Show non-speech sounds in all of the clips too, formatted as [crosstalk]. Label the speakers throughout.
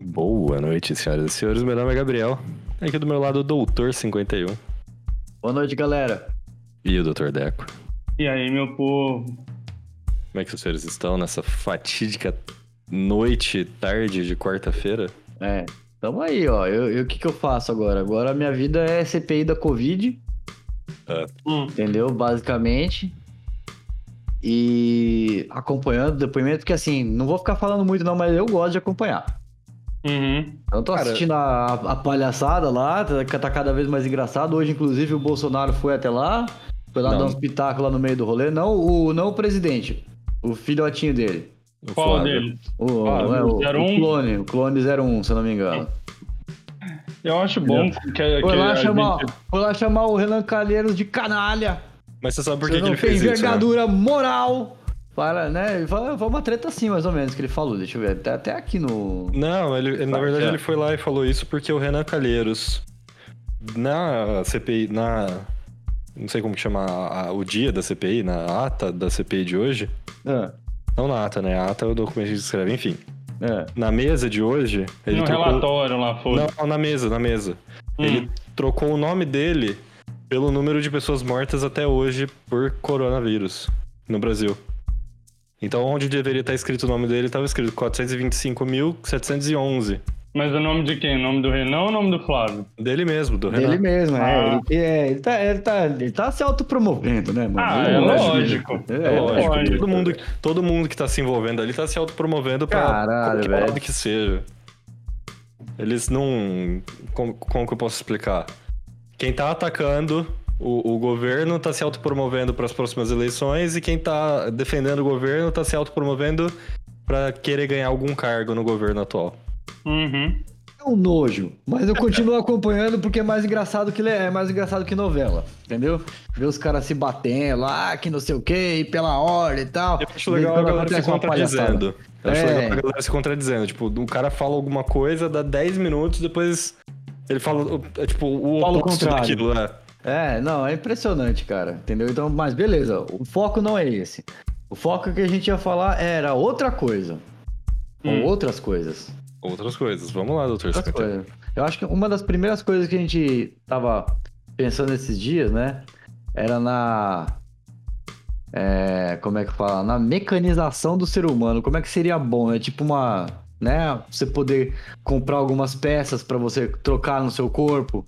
Speaker 1: Boa noite, senhoras e senhores. Meu nome é Gabriel. Aqui do meu lado, o Doutor 51.
Speaker 2: Boa noite, galera.
Speaker 1: E o Doutor Deco.
Speaker 3: E aí, meu povo?
Speaker 1: Como é que os senhores estão nessa fatídica noite, tarde de quarta-feira?
Speaker 2: É, tamo aí, ó. Eu, eu- o que que eu faço agora? Agora a minha vida é CPI da Covid,
Speaker 3: Hum,
Speaker 2: entendeu? Basicamente. E acompanhando o depoimento, porque assim, não vou ficar falando muito não, mas eu gosto de acompanhar. Então,
Speaker 3: uhum.
Speaker 2: Eu tô
Speaker 1: Cara-
Speaker 2: assistindo a, a palhaçada lá, tá, tá cada vez mais engraçado. Hoje, inclusive, o Bolsonaro foi até lá, foi lá
Speaker 1: Não.
Speaker 2: dar um espetáculo lá no meio do rolê. Não o, não o presidente, o filhotinho dele.
Speaker 1: O
Speaker 3: Qual
Speaker 1: Flávio.
Speaker 3: dele?
Speaker 2: O,
Speaker 1: Ah,
Speaker 2: não é, o, o
Speaker 3: 01?
Speaker 2: clone, o clone 01, se eu não me engano.
Speaker 3: Eu acho bom
Speaker 1: é-
Speaker 3: que, que
Speaker 2: Foi lá,
Speaker 3: a
Speaker 2: chamar,
Speaker 3: gente-
Speaker 2: foi lá chamar o Renan Calheiros de canalha.
Speaker 1: Mas você sabe por
Speaker 2: Você
Speaker 1: que, que
Speaker 2: não
Speaker 1: ele
Speaker 2: tem
Speaker 1: fez isso, né?
Speaker 2: envergadura moral. Para, né? Ele fala- Foi uma treta assim, mais ou menos, que ele falou. Deixa eu ver. Até, até aqui no.
Speaker 1: Não, ele, ele- na
Speaker 2: Tá,
Speaker 3: é.
Speaker 1: verdade
Speaker 2: já.
Speaker 1: ele foi lá e falou isso porque o Renan Calheiros, na CPI, na. Não sei como que chama a- a- o dia da CPI, na ata da CPI de hoje. É,
Speaker 2: Ah,
Speaker 1: Não na ata, né? A ata é o documento que escreve, enfim.
Speaker 2: é.
Speaker 1: Na mesa de hoje, ele
Speaker 3: no
Speaker 1: trocou.
Speaker 3: É um relatório lá, foda.
Speaker 1: Não, na mesa, na mesa.
Speaker 3: Hum.
Speaker 1: Ele trocou o nome dele pelo número de pessoas mortas até hoje por coronavírus no Brasil. Então, onde deveria estar escrito o nome dele, estava escrito 425.711.
Speaker 3: Mas o nome de quem? O nome do Renan ou o nome do Flávio?
Speaker 1: Dele mesmo, do
Speaker 2: Ele
Speaker 1: Renan.
Speaker 2: mesmo, é.
Speaker 3: Ah.
Speaker 2: Ele, é, ele tá, ele, tá, ele tá se autopromovendo, né, mano?
Speaker 3: Ah, é lógico.
Speaker 2: É,
Speaker 1: É lógico,
Speaker 3: lógico.
Speaker 1: Todo, mundo, todo mundo que tá se envolvendo ali tá se autopromovendo pra
Speaker 2: Caralho,
Speaker 1: qualquer
Speaker 2: velho.
Speaker 1: lado que seja. Eles não. Como, como que eu posso explicar? Quem tá atacando o, o governo tá se autopromovendo pras próximas eleições e quem tá defendendo o governo tá se autopromovendo pra querer ganhar algum cargo no governo atual.
Speaker 3: Uhum.
Speaker 2: É um nojo. Mas eu continuo acompanhando porque é mais engraçado que le- é mais engraçado que novela, entendeu? Ver os caras se batendo lá, que não sei o que, e pela hora e tal. Então
Speaker 1: Eu acho legal a
Speaker 2: Quando
Speaker 1: galera se
Speaker 2: acontece uma palhaçada.
Speaker 1: contradizendo. Eu acho
Speaker 2: É.
Speaker 1: legal a galera se contradizendo. Tipo, o cara fala alguma coisa, dá 10 minutos, depois ele fala, é, tipo, o
Speaker 2: Fala o
Speaker 1: oposto
Speaker 2: contrário.
Speaker 1: daquilo, né?
Speaker 2: É, não, é impressionante, cara. Entendeu? Então, mas beleza, o foco não é esse. O foco que a gente ia falar era outra coisa.
Speaker 3: Hum.
Speaker 2: Ou outras coisas.
Speaker 1: Outras coisas. Vamos lá, doutor.
Speaker 2: Outras
Speaker 1: 50.
Speaker 2: coisas. Eu acho que uma das primeiras coisas que a gente tava pensando esses dias, né? Era na. é, como é que fala? Na mecanização do ser humano. Como é que seria bom, né? Tipo uma. Né? Você poder comprar algumas peças pra você trocar no seu corpo.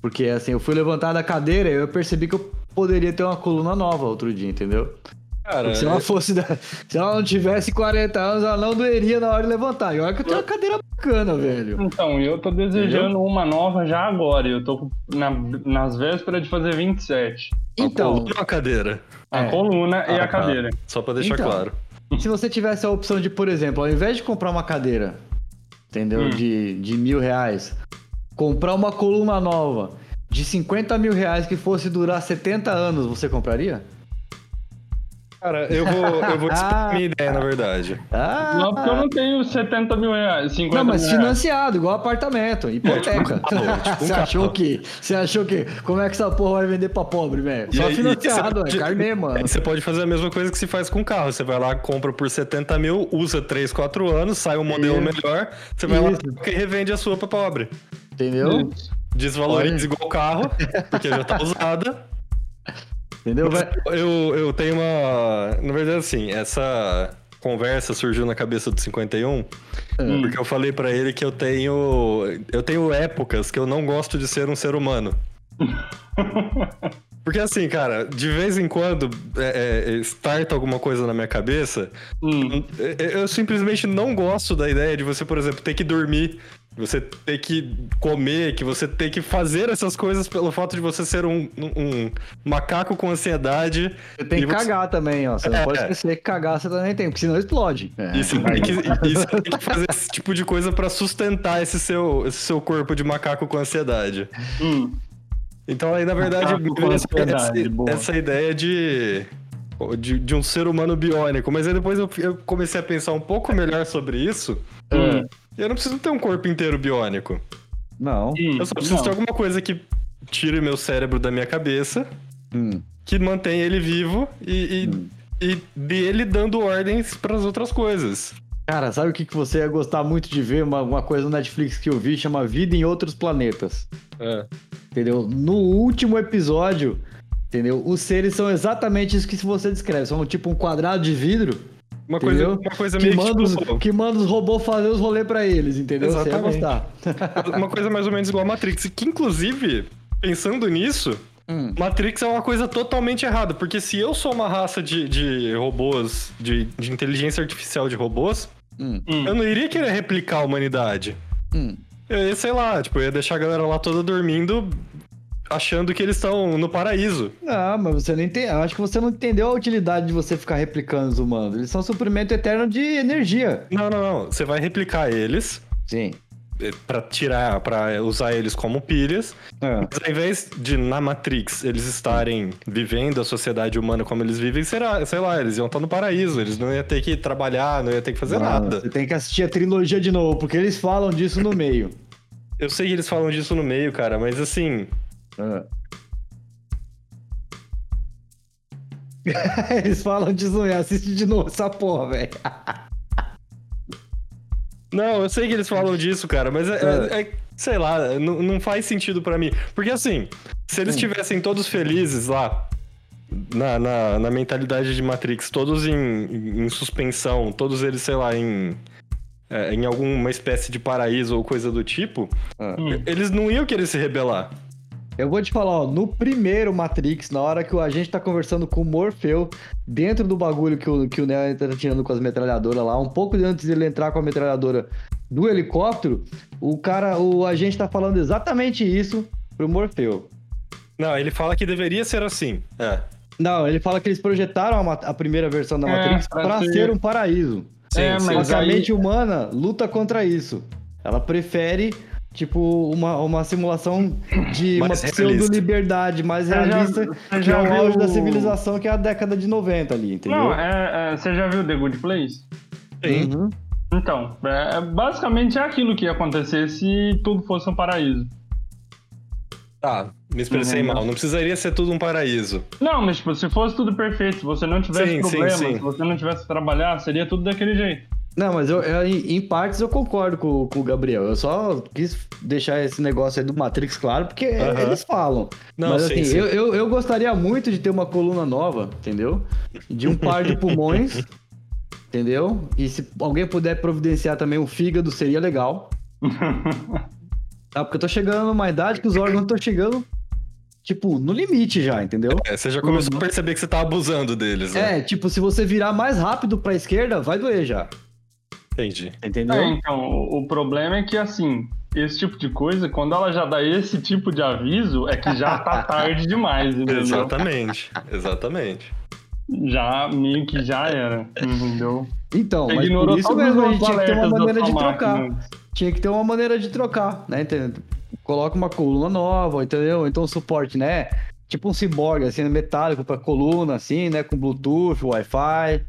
Speaker 2: Porque assim, eu fui levantar da cadeira e eu percebi que eu poderia ter uma coluna nova outro dia, entendeu?
Speaker 1: Cara,
Speaker 2: Porque se ela fosse. da- Se ela não tivesse 40 anos, ela não doeria na hora de levantar. E olha que eu tenho uma cadeira bacana, velho.
Speaker 3: Então, eu tô desejando uma nova já agora. e Eu tô na- nas vésperas de fazer 27.
Speaker 2: Então,
Speaker 1: uma cadeira.
Speaker 3: A
Speaker 2: É.
Speaker 3: coluna e
Speaker 1: Ah,
Speaker 3: a cadeira.
Speaker 1: Só pra deixar
Speaker 2: Então.
Speaker 1: claro.
Speaker 2: se você tivesse a opção de, por exemplo, ao invés de comprar uma cadeira, entendeu?
Speaker 3: Hum.
Speaker 2: De, de mil reais, comprar uma coluna nova de 50 mil reais que fosse durar 70 anos, você compraria?
Speaker 1: Cara, eu vou, eu
Speaker 2: [laughs]
Speaker 1: vou te explicar a minha ideia, na verdade.
Speaker 2: Ah,
Speaker 3: Não, porque eu não tenho 70 mil reais, 50
Speaker 2: Não, é mas
Speaker 3: mil reais.
Speaker 2: financiado, igual
Speaker 1: [laughs]
Speaker 2: apartamento, hipoteca.
Speaker 1: tipo um carro, tipo um
Speaker 2: você
Speaker 1: carro.
Speaker 2: achou que? Você achou que? Como é que essa porra vai vender pra pobre, velho?
Speaker 1: E
Speaker 2: Só
Speaker 1: aí- e você
Speaker 2: financiado,
Speaker 1: pode- [laughs]
Speaker 2: é carne, mano.
Speaker 1: Aí Você pode fazer a mesma coisa que se faz com carro. Você vai lá, compra por 70 mil, usa 3, 4 anos, sai um modelo melhor, você vai lá
Speaker 2: Isso.
Speaker 1: troca e revende a sua pra pobre. [laughs]
Speaker 2: Entendeu?
Speaker 1: Desvaloriza igual o carro, porque já tá usada.
Speaker 2: Entendeu? Vai-
Speaker 1: Eu, eu tenho uma. Na verdade, assim, essa conversa surgiu na cabeça do 51,
Speaker 2: Hum.
Speaker 1: porque eu falei pra ele que eu tenho. Eu tenho épocas que eu não gosto de ser um ser humano. Porque assim, cara, de vez em quando é, é, starta alguma coisa na minha cabeça.
Speaker 3: Hum.
Speaker 1: é, é, Eu simplesmente não gosto da ideia de você, por exemplo, ter que dormir, você ter que comer, que você ter que fazer essas coisas pelo fato de você ser um, um macaco com ansiedade.
Speaker 2: Você tem
Speaker 1: E
Speaker 2: que
Speaker 1: você-
Speaker 2: cagar também, ó. Você não
Speaker 1: É.
Speaker 2: pode esquecer que cagar você também tem, porque senão explode. É.
Speaker 1: E você, tem que, e você tem que fazer esse tipo de coisa pra sustentar esse seu, esse seu corpo de macaco com ansiedade.
Speaker 3: Hum.
Speaker 1: Então aí, na verdade,
Speaker 3: Macaco com
Speaker 1: veio essa,
Speaker 3: ansiedade,
Speaker 1: essa-
Speaker 3: boa.
Speaker 1: essa ideia de, de, de um ser humano biônico. Mas aí depois eu, eu comecei a pensar um pouco melhor sobre isso.
Speaker 2: É.
Speaker 3: Hum.
Speaker 1: E eu não preciso ter um corpo inteiro biônico.
Speaker 2: Não.
Speaker 3: Hum.
Speaker 1: Eu só preciso
Speaker 3: Não.
Speaker 1: ter alguma coisa que tire meu cérebro da minha cabeça,
Speaker 2: Hum.
Speaker 1: que mantenha ele vivo e, e, e dele dando ordens para as outras coisas.
Speaker 2: Cara, sabe o que, que você ia gostar muito de ver? Uma, uma coisa no Netflix que eu vi chama Vida em Outros Planetas.
Speaker 1: É.
Speaker 2: Entendeu? No último episódio, entendeu? Os seres são exatamente isso que você descreve. São tipo um quadrado de vidro
Speaker 1: Uma coisa,
Speaker 2: Entendeu?
Speaker 1: uma coisa
Speaker 2: que
Speaker 1: meio que,
Speaker 2: manda, os,
Speaker 1: tipo,
Speaker 2: que manda os robôs fazer os rolês pra eles, entendeu? Você ia
Speaker 1: Exatamente.
Speaker 2: gostar.
Speaker 1: uma coisa mais ou menos igual a Matrix. Que inclusive, pensando nisso,
Speaker 2: Hum.
Speaker 1: Matrix é uma coisa totalmente errada, porque se eu sou uma raça de, de robôs, de, de inteligência artificial de robôs,
Speaker 2: Hum,
Speaker 1: eu não iria querer replicar a humanidade.
Speaker 2: hum.
Speaker 1: Eu ia, sei lá, tipo, eu ia deixar a galera lá toda dormindo, achando que eles estão no paraíso.
Speaker 2: Ah, mas você não entende. Acho que você não entendeu a utilidade de você ficar replicando os humanos. Eles são suprimento eterno de energia.
Speaker 1: Não, não, não. Você vai replicar eles
Speaker 2: Sim.
Speaker 1: eh, pra tirar, pra usar eles como pilhas.
Speaker 2: É.
Speaker 1: Mas ao invés de na Matrix eles estarem vivendo a sociedade humana como eles vivem, será, sei lá, eles iam estar no paraíso, eles não iam ter que trabalhar, não iam ter que fazer nada.
Speaker 2: Ah, Você tem que assistir a trilogia de novo, porque eles falam disso no meio.
Speaker 1: Eu sei que eles falam disso no meio, cara, mas assim,
Speaker 2: Ah. [laughs] eles falam disso no meio. Assiste de novo essa porra, velho.
Speaker 1: Não, eu sei que eles falam disso, cara, mas é, é- é- sei lá, não, não faz sentido pra mim. Porque assim, se eles estivessem todos felizes lá, na, na, na mentalidade de Matrix, todos em, em- em suspensão, todos eles, sei lá, em, é, em alguma espécie de paraíso ou coisa do tipo,
Speaker 3: Hum.
Speaker 1: eles não iam querer se rebelar.
Speaker 2: Eu vou te falar, ó, no primeiro Matrix, na hora que o agente tá conversando com o Morpheu, dentro do bagulho que o, que o Neo tá tirando com as metralhadoras lá, um pouco antes dele entrar com a metralhadora do helicóptero, o cara, o agente tá falando exatamente isso pro Morpheu.
Speaker 1: Não, ele fala que deveria ser assim. É.
Speaker 2: Não, ele fala que eles projetaram a, ma- a primeira versão da
Speaker 3: É,
Speaker 2: Matrix
Speaker 3: pra
Speaker 2: pra
Speaker 3: ser-
Speaker 2: ser um paraíso.
Speaker 3: É,
Speaker 1: sim.
Speaker 3: mas
Speaker 2: Só que
Speaker 3: aí-
Speaker 2: a mente humana luta contra isso. Ela prefere, tipo, uma, uma simulação de
Speaker 1: Mais realista.
Speaker 2: uma pseudo-liberdade mais
Speaker 3: Você já-
Speaker 2: realista,
Speaker 3: você
Speaker 2: que é
Speaker 3: já
Speaker 2: o auge
Speaker 3: viu-
Speaker 2: da civilização, que é a década de 90 ali, entendeu?
Speaker 3: Não, é, é, você já viu The Good Place?
Speaker 1: Sim.
Speaker 2: Uhum.
Speaker 3: Então, é, é basicamente é aquilo que ia acontecer se tudo fosse um paraíso.
Speaker 1: Tá, me expressei
Speaker 3: Uhum.
Speaker 1: mal. Não precisaria ser tudo um paraíso.
Speaker 3: Não, mas tipo, se fosse tudo perfeito, se você não tivesse
Speaker 1: Sim, sim,
Speaker 3: problemas,
Speaker 1: sim.
Speaker 3: se você não tivesse que trabalhar, seria tudo daquele jeito.
Speaker 2: Não, mas eu, eu, em em partes eu concordo com, com o Gabriel. Eu só quis deixar esse negócio aí do Matrix claro, porque
Speaker 1: Aham.
Speaker 2: eles falam.
Speaker 1: Não,
Speaker 2: mas
Speaker 1: sim,
Speaker 2: assim,
Speaker 1: sim.
Speaker 2: Eu, eu, eu gostaria muito de ter uma coluna nova, entendeu? De um par
Speaker 1: [laughs]
Speaker 2: de pulmões, entendeu? E se alguém puder providenciar também um fígado, seria legal. Tá? Porque eu tô chegando numa idade que os órgãos estão chegando, tipo, no limite já, entendeu?
Speaker 1: É, você já começou a perceber que você tá abusando deles, né?
Speaker 2: É, tipo, se você virar mais rápido pra esquerda, vai doer já.
Speaker 1: Entendi.
Speaker 2: Entendeu?
Speaker 3: É, então, o, o problema é que assim, esse tipo de coisa, quando ela já dá esse tipo de aviso, é que já
Speaker 2: [laughs]
Speaker 3: tá tarde demais, entendeu?
Speaker 1: Exatamente, exatamente.
Speaker 3: Já, meio que já era, entendeu?
Speaker 2: Então,
Speaker 3: Você
Speaker 2: mas por isso mesmo a gente tinha que ter uma
Speaker 3: alertas né? da
Speaker 2: maneira de
Speaker 3: sua
Speaker 2: trocar.
Speaker 3: máquina.
Speaker 2: Tinha que ter uma maneira de trocar, né? Entendeu? Coloca uma coluna nova, entendeu? Então o suporte, né? Tipo um ciborgue, assim, metálico pra coluna, assim, né? Com Bluetooth, Wi-Fi,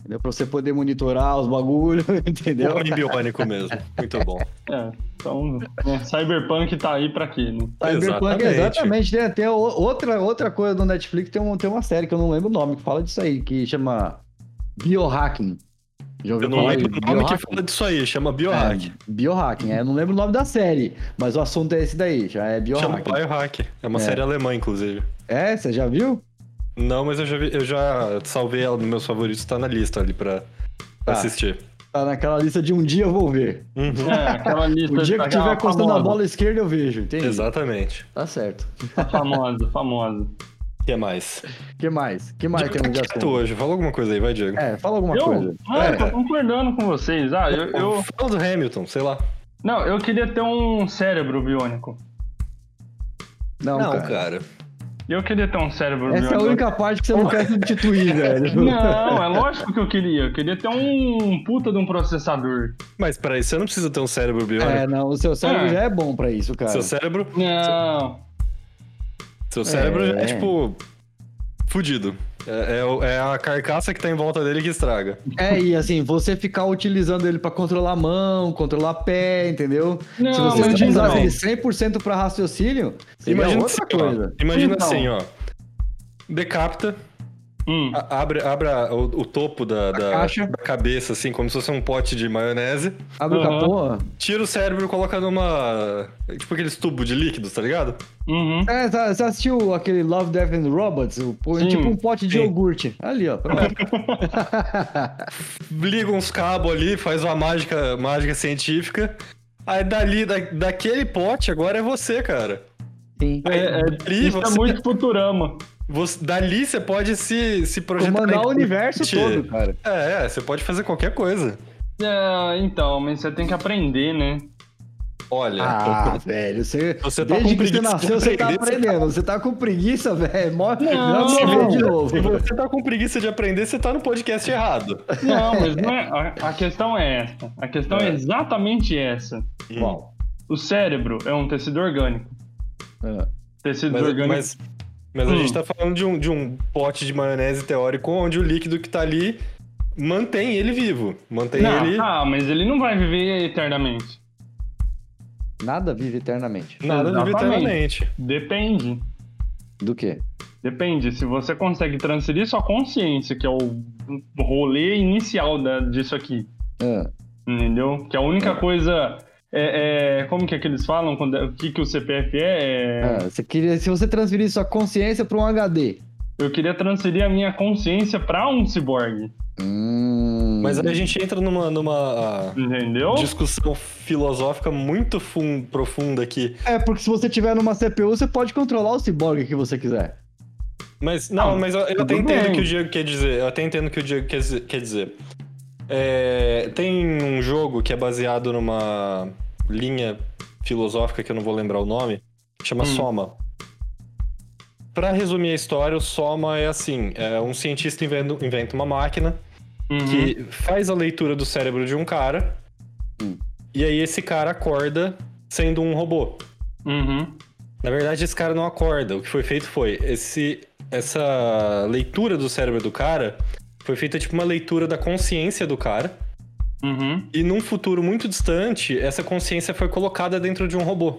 Speaker 2: entendeu? Pra você poder monitorar os bagulhos, [laughs] entendeu?
Speaker 1: Homem biônico mesmo. Muito bom.
Speaker 3: É, então, né, Cyberpunk tá aí pra quê, né?
Speaker 2: Cyberpunk, é
Speaker 1: Exatamente.
Speaker 2: exatamente. né? Tem até o- outra, outra coisa do Netflix, tem, um, tem uma série que eu não lembro o nome, que fala disso aí, que chama Biohacking. Já ouviu
Speaker 1: Eu não
Speaker 2: falar
Speaker 1: lembro
Speaker 2: de
Speaker 1: o nome que
Speaker 2: biohacking?
Speaker 1: fala disso aí, chama
Speaker 2: É,
Speaker 1: Biohack.
Speaker 2: biohacking, é, eu não lembro o nome da série, mas o assunto é esse daí, já é
Speaker 1: chama
Speaker 2: biohacking.
Speaker 1: Biohack. É uma
Speaker 2: É.
Speaker 1: série alemã, inclusive.
Speaker 2: É, você já viu?
Speaker 1: Não, mas eu já, vi- eu já salvei ela nos meus favoritos, tá na lista ali pra pra
Speaker 2: Tá.
Speaker 1: assistir.
Speaker 2: Tá naquela lista de um dia eu vou ver.
Speaker 1: Uhum,
Speaker 3: É, aquela
Speaker 2: [laughs]
Speaker 3: lista
Speaker 2: O dia que
Speaker 3: aquela
Speaker 2: tiver encostando a
Speaker 3: é famosa,
Speaker 2: bola esquerda eu vejo, entende?
Speaker 1: Exatamente.
Speaker 2: Tá certo.
Speaker 3: [laughs] Famosa, famosa.
Speaker 1: O que mais?
Speaker 2: que mais? que mais
Speaker 1: Diego tá
Speaker 2: temos um de
Speaker 1: quieto
Speaker 2: assunto?
Speaker 1: hoje. Fala alguma coisa aí, vai, Diego.
Speaker 2: É, fala alguma
Speaker 3: Eu,
Speaker 2: coisa.
Speaker 3: ah, eu
Speaker 1: É.
Speaker 3: tô concordando com vocês. Ah, eu, eu-
Speaker 1: Fala do Hamilton, sei lá.
Speaker 3: Não, eu queria ter um cérebro biônico.
Speaker 2: Não, cara.
Speaker 3: Eu queria ter um cérebro biônico.
Speaker 2: Essa é a única parte que você não quer [laughs] substituir, velho.
Speaker 3: Não, é lógico que eu queria. Eu queria ter um puta de um processador.
Speaker 1: Mas pra isso você não precisa ter um cérebro biônico.
Speaker 2: É, não, o seu cérebro
Speaker 3: É.
Speaker 2: já é bom pra isso, cara.
Speaker 1: Seu cérebro,
Speaker 3: Não.
Speaker 1: seu cérebro é,
Speaker 2: É.
Speaker 1: tipo. fudido. É, é o- é a carcaça que tá em volta dele que estraga.
Speaker 2: É, e assim, você ficar utilizando ele pra controlar a mão, controlar pé, entendeu? Se
Speaker 3: Não,
Speaker 2: você
Speaker 3: mas
Speaker 2: utilizasse
Speaker 3: então.
Speaker 2: ele 100% pra
Speaker 3: é
Speaker 2: raciocínio, seria
Speaker 1: Imagina
Speaker 2: é outra
Speaker 1: assim, ó.
Speaker 2: coisa.
Speaker 1: Imagina
Speaker 3: Então.
Speaker 1: assim, ó. Decapita,
Speaker 3: Hum.
Speaker 1: A- Abre, abra o, o topo da, da-
Speaker 2: caixa.
Speaker 1: da cabeça, assim, como se fosse um pote de maionese.
Speaker 2: Abre o
Speaker 3: Aham.
Speaker 2: capô.
Speaker 1: Tira o cérebro e coloca numa. Tipo aqueles tubos de líquidos, tá ligado?
Speaker 3: Uhum.
Speaker 2: É, tá- você assistiu aquele Love, Death and Robots? O- pô-
Speaker 3: Sim,
Speaker 2: tipo um pote de
Speaker 1: sim.
Speaker 2: iogurte. Ali, ó. pronto.
Speaker 1: Liga uns cabos ali, faz uma mágica, mágica científica. Aí dali, da- daquele pote, agora é você, cara.
Speaker 2: Sim.
Speaker 1: [laughs]
Speaker 3: É, é,
Speaker 1: Dali,
Speaker 3: isso é
Speaker 1: você-
Speaker 3: muito Futurama.
Speaker 1: você- dali você pode se, se projetar.
Speaker 2: Comandar
Speaker 1: em-
Speaker 2: o universo
Speaker 1: Tchê.
Speaker 2: todo, cara.
Speaker 1: É, é, você pode fazer qualquer coisa.
Speaker 3: É, então, mas você tem que aprender, né?
Speaker 1: Olha,
Speaker 2: [laughs] Ah, velho, você,
Speaker 1: Você tá
Speaker 2: desde
Speaker 1: com
Speaker 2: que você
Speaker 1: preguiça de
Speaker 2: nasceu, você tá
Speaker 1: aprender, você
Speaker 2: aprendendo. Você tá com preguiça, velho. Mó...
Speaker 3: Não,
Speaker 2: Não,
Speaker 3: não.
Speaker 2: de novo.
Speaker 1: se você tá com preguiça de aprender, você tá no podcast errado. [laughs]
Speaker 3: Não, mas não é. A, a questão é esta. A questão é
Speaker 1: É.
Speaker 3: exatamente essa.
Speaker 1: Hum.
Speaker 2: Bom,
Speaker 3: O cérebro é um tecido orgânico.
Speaker 2: ah,
Speaker 3: Tecido
Speaker 1: Mas,
Speaker 3: orgânico.
Speaker 1: mas- mas a
Speaker 3: Hum.
Speaker 1: gente tá falando de um, de um pote de maionese teórico onde o líquido que tá ali mantém ele vivo. Mantém
Speaker 3: Não,
Speaker 1: ele.
Speaker 3: Ah, mas ele não vai viver eternamente.
Speaker 2: nada vive eternamente.
Speaker 1: Nada vivo
Speaker 3: exatamente.
Speaker 1: eternamente.
Speaker 3: Depende.
Speaker 2: Do quê?
Speaker 3: Depende. Se você consegue transferir sua consciência, que é o rolê inicial da, disso aqui,
Speaker 2: Ah,
Speaker 3: entendeu? Que a única coisa. É, é- como que é que eles falam? Quando, é- o que, que o CPF é? é-
Speaker 2: ah, você queria, se você transferir sua consciência pra um HD.
Speaker 3: Eu queria transferir a minha consciência pra um ciborgue,
Speaker 2: Hum,
Speaker 1: Mas aí a gente entra numa, numa ah,
Speaker 3: entendeu?
Speaker 1: discussão filosófica muito fun- profunda aqui.
Speaker 2: É, porque se você tiver numa CPU, você pode controlar o cyborg que você quiser.
Speaker 1: Mas, não,
Speaker 3: Ah,
Speaker 1: mas eu, eu
Speaker 3: tudo
Speaker 1: até entendo
Speaker 3: bem.
Speaker 1: o que o Diego quer dizer. Eu até entendo o que o Diego quer dizer- quer dizer. É, tem um jogo que é baseado numa linha filosófica que eu não vou lembrar o nome, que chama
Speaker 3: Hum.
Speaker 1: Soma. Pra resumir a história, o Soma é assim: é um cientista inventa, inventa uma máquina
Speaker 3: Uhum.
Speaker 1: que faz a leitura do cérebro de um cara,
Speaker 2: Hum.
Speaker 1: e aí esse cara acorda sendo um robô.
Speaker 3: Uhum.
Speaker 1: Na verdade, esse cara não acorda. O que foi feito foi esse, essa leitura do cérebro do cara foi feita tipo uma leitura da consciência do cara.
Speaker 3: Uhum.
Speaker 1: E num futuro muito distante, essa consciência foi colocada dentro de um robô.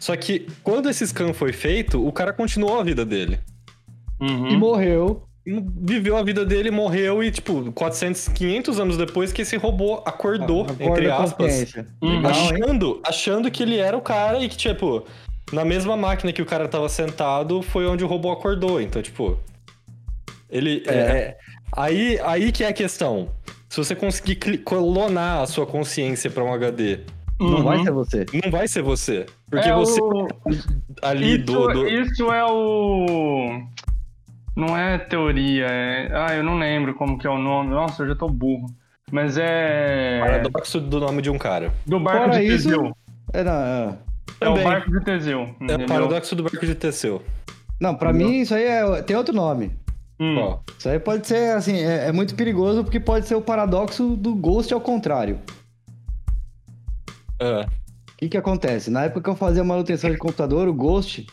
Speaker 1: Só que quando esse scan foi feito, o cara continuou a vida dele. Hum.
Speaker 2: E
Speaker 3: Uhum.
Speaker 2: morreu.
Speaker 1: Viveu a vida dele, morreu e, tipo, 400, 500 anos depois que esse robô acordou,
Speaker 2: acorda
Speaker 1: entre
Speaker 2: a
Speaker 1: aspas, Hum.
Speaker 2: consciência.
Speaker 3: Uhum.
Speaker 2: Legal. hein?
Speaker 1: achando, achando que ele era o cara e que, tipo, na mesma máquina que o cara tava sentado foi onde o robô acordou. Então, tipo. Ele. é- é- aí, aí que é a questão. Se você conseguir cli- clonar a sua consciência pra um HD,
Speaker 2: Não
Speaker 3: Uhum.
Speaker 2: vai ser você.
Speaker 1: não vai ser você. Porque
Speaker 3: É
Speaker 1: você
Speaker 3: o-
Speaker 1: ali
Speaker 3: Isso,
Speaker 1: do. do-
Speaker 3: isso é o. Não é teoria, é. Ah, eu não lembro como que é o nome. Nossa, eu já tô burro. Mas é.
Speaker 1: Paradoxo do nome de um cara.
Speaker 3: Do barco
Speaker 2: Fora
Speaker 3: de
Speaker 2: isso,
Speaker 3: Teseu.
Speaker 2: É, não, é.
Speaker 3: É o
Speaker 1: Também.
Speaker 3: barco de Teseu.
Speaker 1: É o
Speaker 3: entendeu?
Speaker 1: paradoxo do barco de Teseu.
Speaker 2: Não, pra mim isso aí é- tem outro nome.
Speaker 3: Hum.
Speaker 1: Ó,
Speaker 2: Isso aí pode ser, assim, é, é muito perigoso porque pode ser o paradoxo do Ghost ao contrário.
Speaker 1: é.
Speaker 2: O que que acontece? Na época que eu fazia manutenção de computador, o Ghost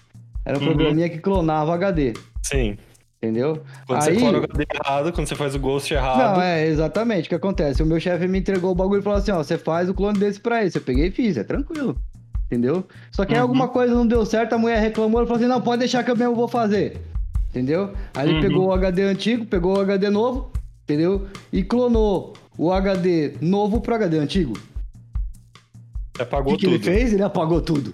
Speaker 2: era um
Speaker 3: Uhum.
Speaker 2: programinha que clonava HD,
Speaker 1: sim.
Speaker 2: entendeu?
Speaker 1: Quando
Speaker 2: Aí-
Speaker 1: você clona o HD errado, quando você faz o ghost errado.
Speaker 2: Não, é exatamente o que acontece. O meu chefe me entregou o bagulho e falou assim, ó, você faz o clone desse pra isso. Eu peguei e fiz, é tranquilo, entendeu? Só que aí
Speaker 3: Uhum.
Speaker 2: alguma coisa não deu certo, a mulher reclamou, ela falou assim, não, pode deixar que eu mesmo vou fazer, entendeu? Aí ele
Speaker 3: Uhum.
Speaker 2: pegou o HD antigo, pegou o HD novo, entendeu? E clonou o HD novo pro HD antigo.
Speaker 1: Você
Speaker 2: O
Speaker 1: apagou
Speaker 2: que, que
Speaker 1: tudo.
Speaker 2: ele fez? Ele apagou tudo.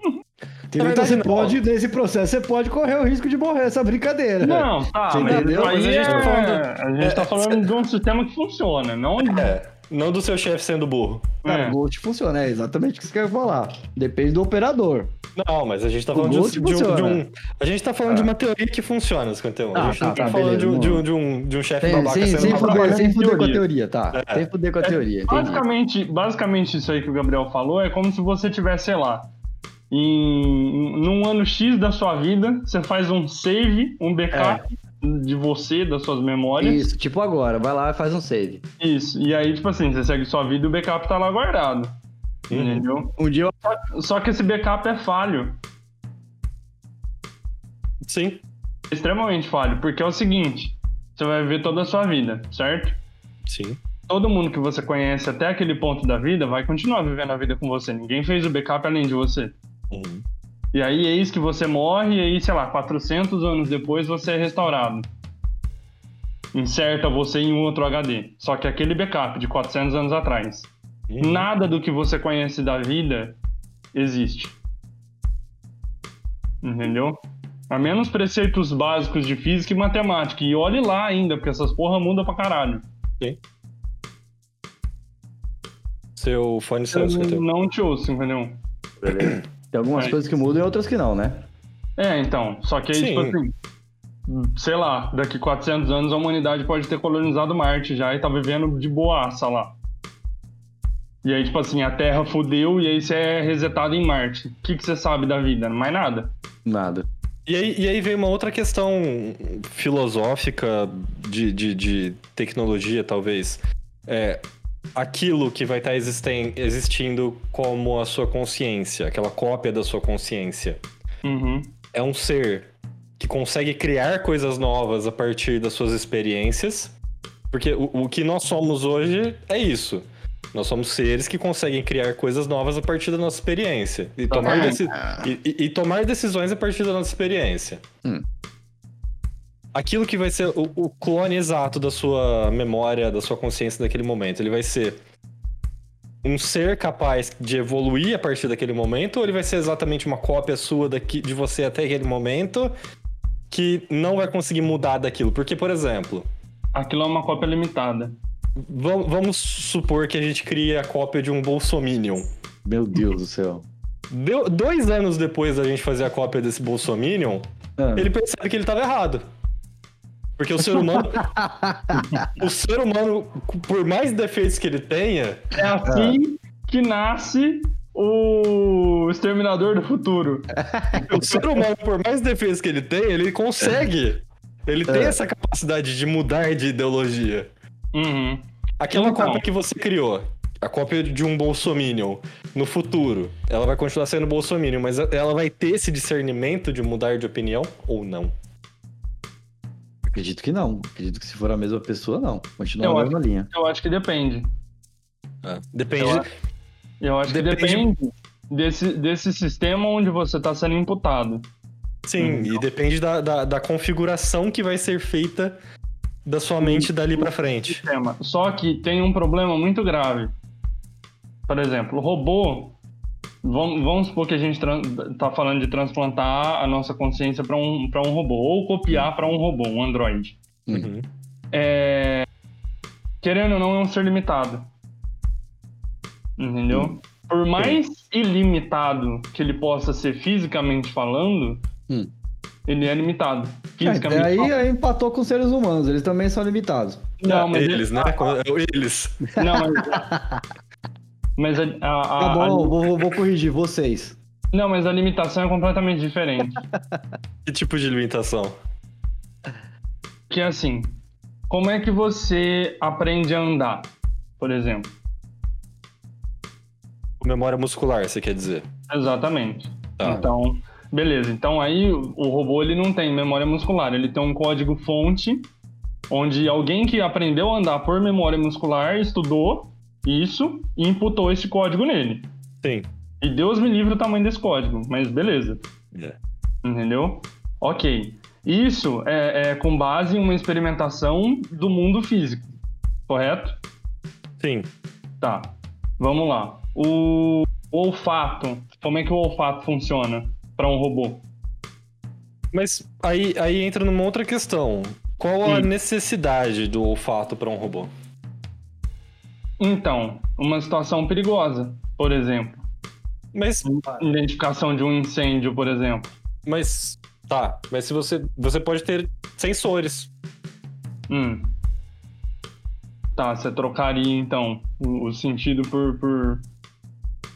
Speaker 2: Entendeu?
Speaker 1: Na
Speaker 2: Então
Speaker 1: verdade,
Speaker 2: você
Speaker 1: não.
Speaker 2: pode, nesse processo, você pode correr o risco de morrer essa brincadeira.
Speaker 3: Não, tá,
Speaker 2: Você
Speaker 3: mas,
Speaker 2: entendeu?
Speaker 3: isso aí
Speaker 1: Mas a gente tá
Speaker 3: é-
Speaker 1: falando-
Speaker 3: a gente tá
Speaker 1: É,
Speaker 3: falando de um sistema que funciona, não
Speaker 1: É. Não do seu chefe sendo burro.
Speaker 2: Cara,
Speaker 3: É.
Speaker 2: o Ghost funciona, é exatamente o que você quer falar. Depende do operador.
Speaker 1: Não, mas a gente tá
Speaker 2: O
Speaker 1: falando de, um-
Speaker 2: Ghost
Speaker 1: de um, de
Speaker 2: funciona. É.
Speaker 1: um- A gente tá falando de uma teoria que funciona, 51. a
Speaker 2: Ah,
Speaker 1: gente
Speaker 2: tá,
Speaker 1: não tá,
Speaker 2: tá,
Speaker 1: falando de, um-
Speaker 2: beleza,
Speaker 1: de um,
Speaker 2: não.
Speaker 1: de um, de um chefe
Speaker 2: Sem,
Speaker 1: babaca
Speaker 2: sem,
Speaker 1: sendo
Speaker 2: sem
Speaker 1: babaca.
Speaker 2: fuder, sem fuder com a
Speaker 3: Teoria.
Speaker 2: tá teoria, tá? Sem fuder com a teoria, entendi.
Speaker 3: Basicamente, basicamente, isso aí que o Gabriel falou é como se você tivesse, sei lá, em, num ano X da sua vida, você faz um save, um backup de você, das suas memórias.
Speaker 2: É. Isso, tipo agora, vai lá e faz um save.
Speaker 3: Isso. E aí, tipo assim, você segue sua vida e o backup tá lá guardado.
Speaker 1: Uhum.
Speaker 3: Entendeu?
Speaker 2: Um dia eu...
Speaker 3: Só que esse backup é falho.
Speaker 1: Sim.
Speaker 3: Extremamente falho. Porque é o seguinte: você vai ver toda a sua vida, certo?
Speaker 1: Sim.
Speaker 3: Todo mundo que você conhece até aquele ponto da vida vai continuar vivendo a vida com você. Ninguém fez o backup além de você.
Speaker 1: Uhum.
Speaker 3: E aí, eis que você morre, e aí, sei lá, 400 anos depois você é restaurado. Inserta você em um outro HD. Só que aquele backup de 400 anos atrás.
Speaker 1: Uhum.
Speaker 3: Nada do que você conhece da vida existe. Entendeu? A menos preceitos básicos de física e matemática. E olhe lá ainda, porque essas porra muda pra caralho.
Speaker 1: Seu fone saiu,
Speaker 3: Eu
Speaker 1: esqueceu.
Speaker 3: não te ouço, entendeu?
Speaker 2: Beleza. Tem algumas
Speaker 3: É.
Speaker 2: coisas que mudam e outras que não, né?
Speaker 3: É, então. Só que aí,
Speaker 1: Sim.
Speaker 3: tipo assim. Sei lá, daqui 400 anos a humanidade pode ter colonizado Marte já e tá vivendo de boaça lá. E aí, tipo assim, a Terra fudeu e aí você é resetado em Marte. O que, que você sabe da vida? Mais nada.
Speaker 2: Nada.
Speaker 1: E aí, e aí vem uma outra questão filosófica de, de, de tecnologia, talvez. É aquilo que vai estar existen- existindo como a sua consciência, aquela cópia da sua consciência.
Speaker 3: Uhum.
Speaker 1: É um ser que consegue criar coisas novas a partir das suas experiências. Porque o, o que nós somos hoje é isso. Nós somos seres que conseguem criar coisas novas a partir da nossa experiência. E tomar,
Speaker 3: Ah.
Speaker 1: deci- e- e- e tomar decisões a partir da nossa experiência.
Speaker 2: Hum.
Speaker 1: Aquilo que vai ser o, o clone exato da sua memória, da sua consciência naquele momento, ele vai ser um ser capaz de evoluir a partir daquele momento, ou ele vai ser exatamente uma cópia sua daqui, de você até aquele momento que não vai conseguir mudar daquilo? Porque, por exemplo,
Speaker 3: Aquilo é uma cópia limitada.
Speaker 1: vam- vamos supor que a gente cria a cópia de um Bolsominion.
Speaker 2: Meu Deus do [laughs] céu.
Speaker 1: Deu- dois anos depois da gente fazer a cópia desse Bolsominion,
Speaker 2: Ah,
Speaker 1: ele percebe que ele estava errado. Porque o ser humano. o ser humano, por mais defeitos que ele tenha,
Speaker 3: É assim que nasce o Exterminador do Futuro.
Speaker 1: o ser humano, por mais defeitos que ele tenha, ele consegue. Ele tem
Speaker 2: É.
Speaker 1: essa capacidade de mudar de ideologia.
Speaker 3: Uhum.
Speaker 1: Aquela
Speaker 3: Então.
Speaker 1: cópia que você criou, a cópia de um Bolsominion, no futuro, ela vai continuar sendo Bolsominion, mas ela vai ter esse discernimento de mudar de opinião ou não?
Speaker 2: Ah, acredito que não. Acredito que se for a mesma pessoa, não. Continua
Speaker 3: Eu
Speaker 2: na
Speaker 3: acho-
Speaker 2: mesma linha.
Speaker 3: Eu acho que depende.
Speaker 1: Depende.
Speaker 3: Eu Eu acho que
Speaker 1: Depende-
Speaker 3: depende desse, desse sistema onde você está sendo imputado.
Speaker 1: Sim, e depende da, da, da configuração que vai ser feita da sua mente dali pra frente.
Speaker 3: Sistema. Só que tem um problema muito grave. Por exemplo, robô. Vamos, vamos supor que a gente tran- tá falando de transplantar a nossa consciência para um, pra um robô, ou copiar para um robô, um android. É,
Speaker 1: Uhum.
Speaker 3: querendo ou não, é um ser limitado. Entendeu?
Speaker 2: Hum.
Speaker 3: Por mais ilimitado que ele possa ser fisicamente falando,
Speaker 2: Hum.
Speaker 3: ele é limitado. Fisicamente
Speaker 2: É, aí,
Speaker 3: falando.
Speaker 2: aí empatou com os seres humanos, eles também são limitados. Tá
Speaker 3: Não,
Speaker 2: é,
Speaker 3: mas é- ele-
Speaker 1: eles, né? Eles.
Speaker 3: Não, mas.
Speaker 2: [laughs]
Speaker 3: mas a, a- a-
Speaker 2: Tá
Speaker 3: a-
Speaker 2: bom, vou, vou- vou corrigir vocês.
Speaker 3: não, mas a limitação é completamente diferente.
Speaker 1: Que tipo de limitação?
Speaker 3: Que é assim, como é que você aprende a andar, por exemplo?
Speaker 1: Memória muscular, você quer dizer.
Speaker 3: Exatamente.
Speaker 1: Tá.
Speaker 3: Então, beleza. Então aí o o robô ele não tem memória muscular, ele tem um código fonte onde alguém que aprendeu a andar por memória muscular estudou isso e imputou esse código nele.
Speaker 1: Sim.
Speaker 3: E Deus me livre o tamanho desse código, mas beleza, entendeu? Ok. Isso é, é com base em uma experimentação do mundo físico, correto?
Speaker 1: Sim.
Speaker 3: Tá. Vamos lá. O olfato. Como é que o olfato funciona para um robô?
Speaker 1: Mas aí, aí entra numa outra questão. Qual a
Speaker 3: Hum.
Speaker 1: necessidade do olfato pra um robô?
Speaker 3: Então, uma situação perigosa, por exemplo.
Speaker 1: Mas,
Speaker 3: Identificação de um incêndio, por exemplo.
Speaker 1: mas tá. Mas se você você pode ter sensores.
Speaker 3: Hum. Tá, você trocaria então o, o sentido por. por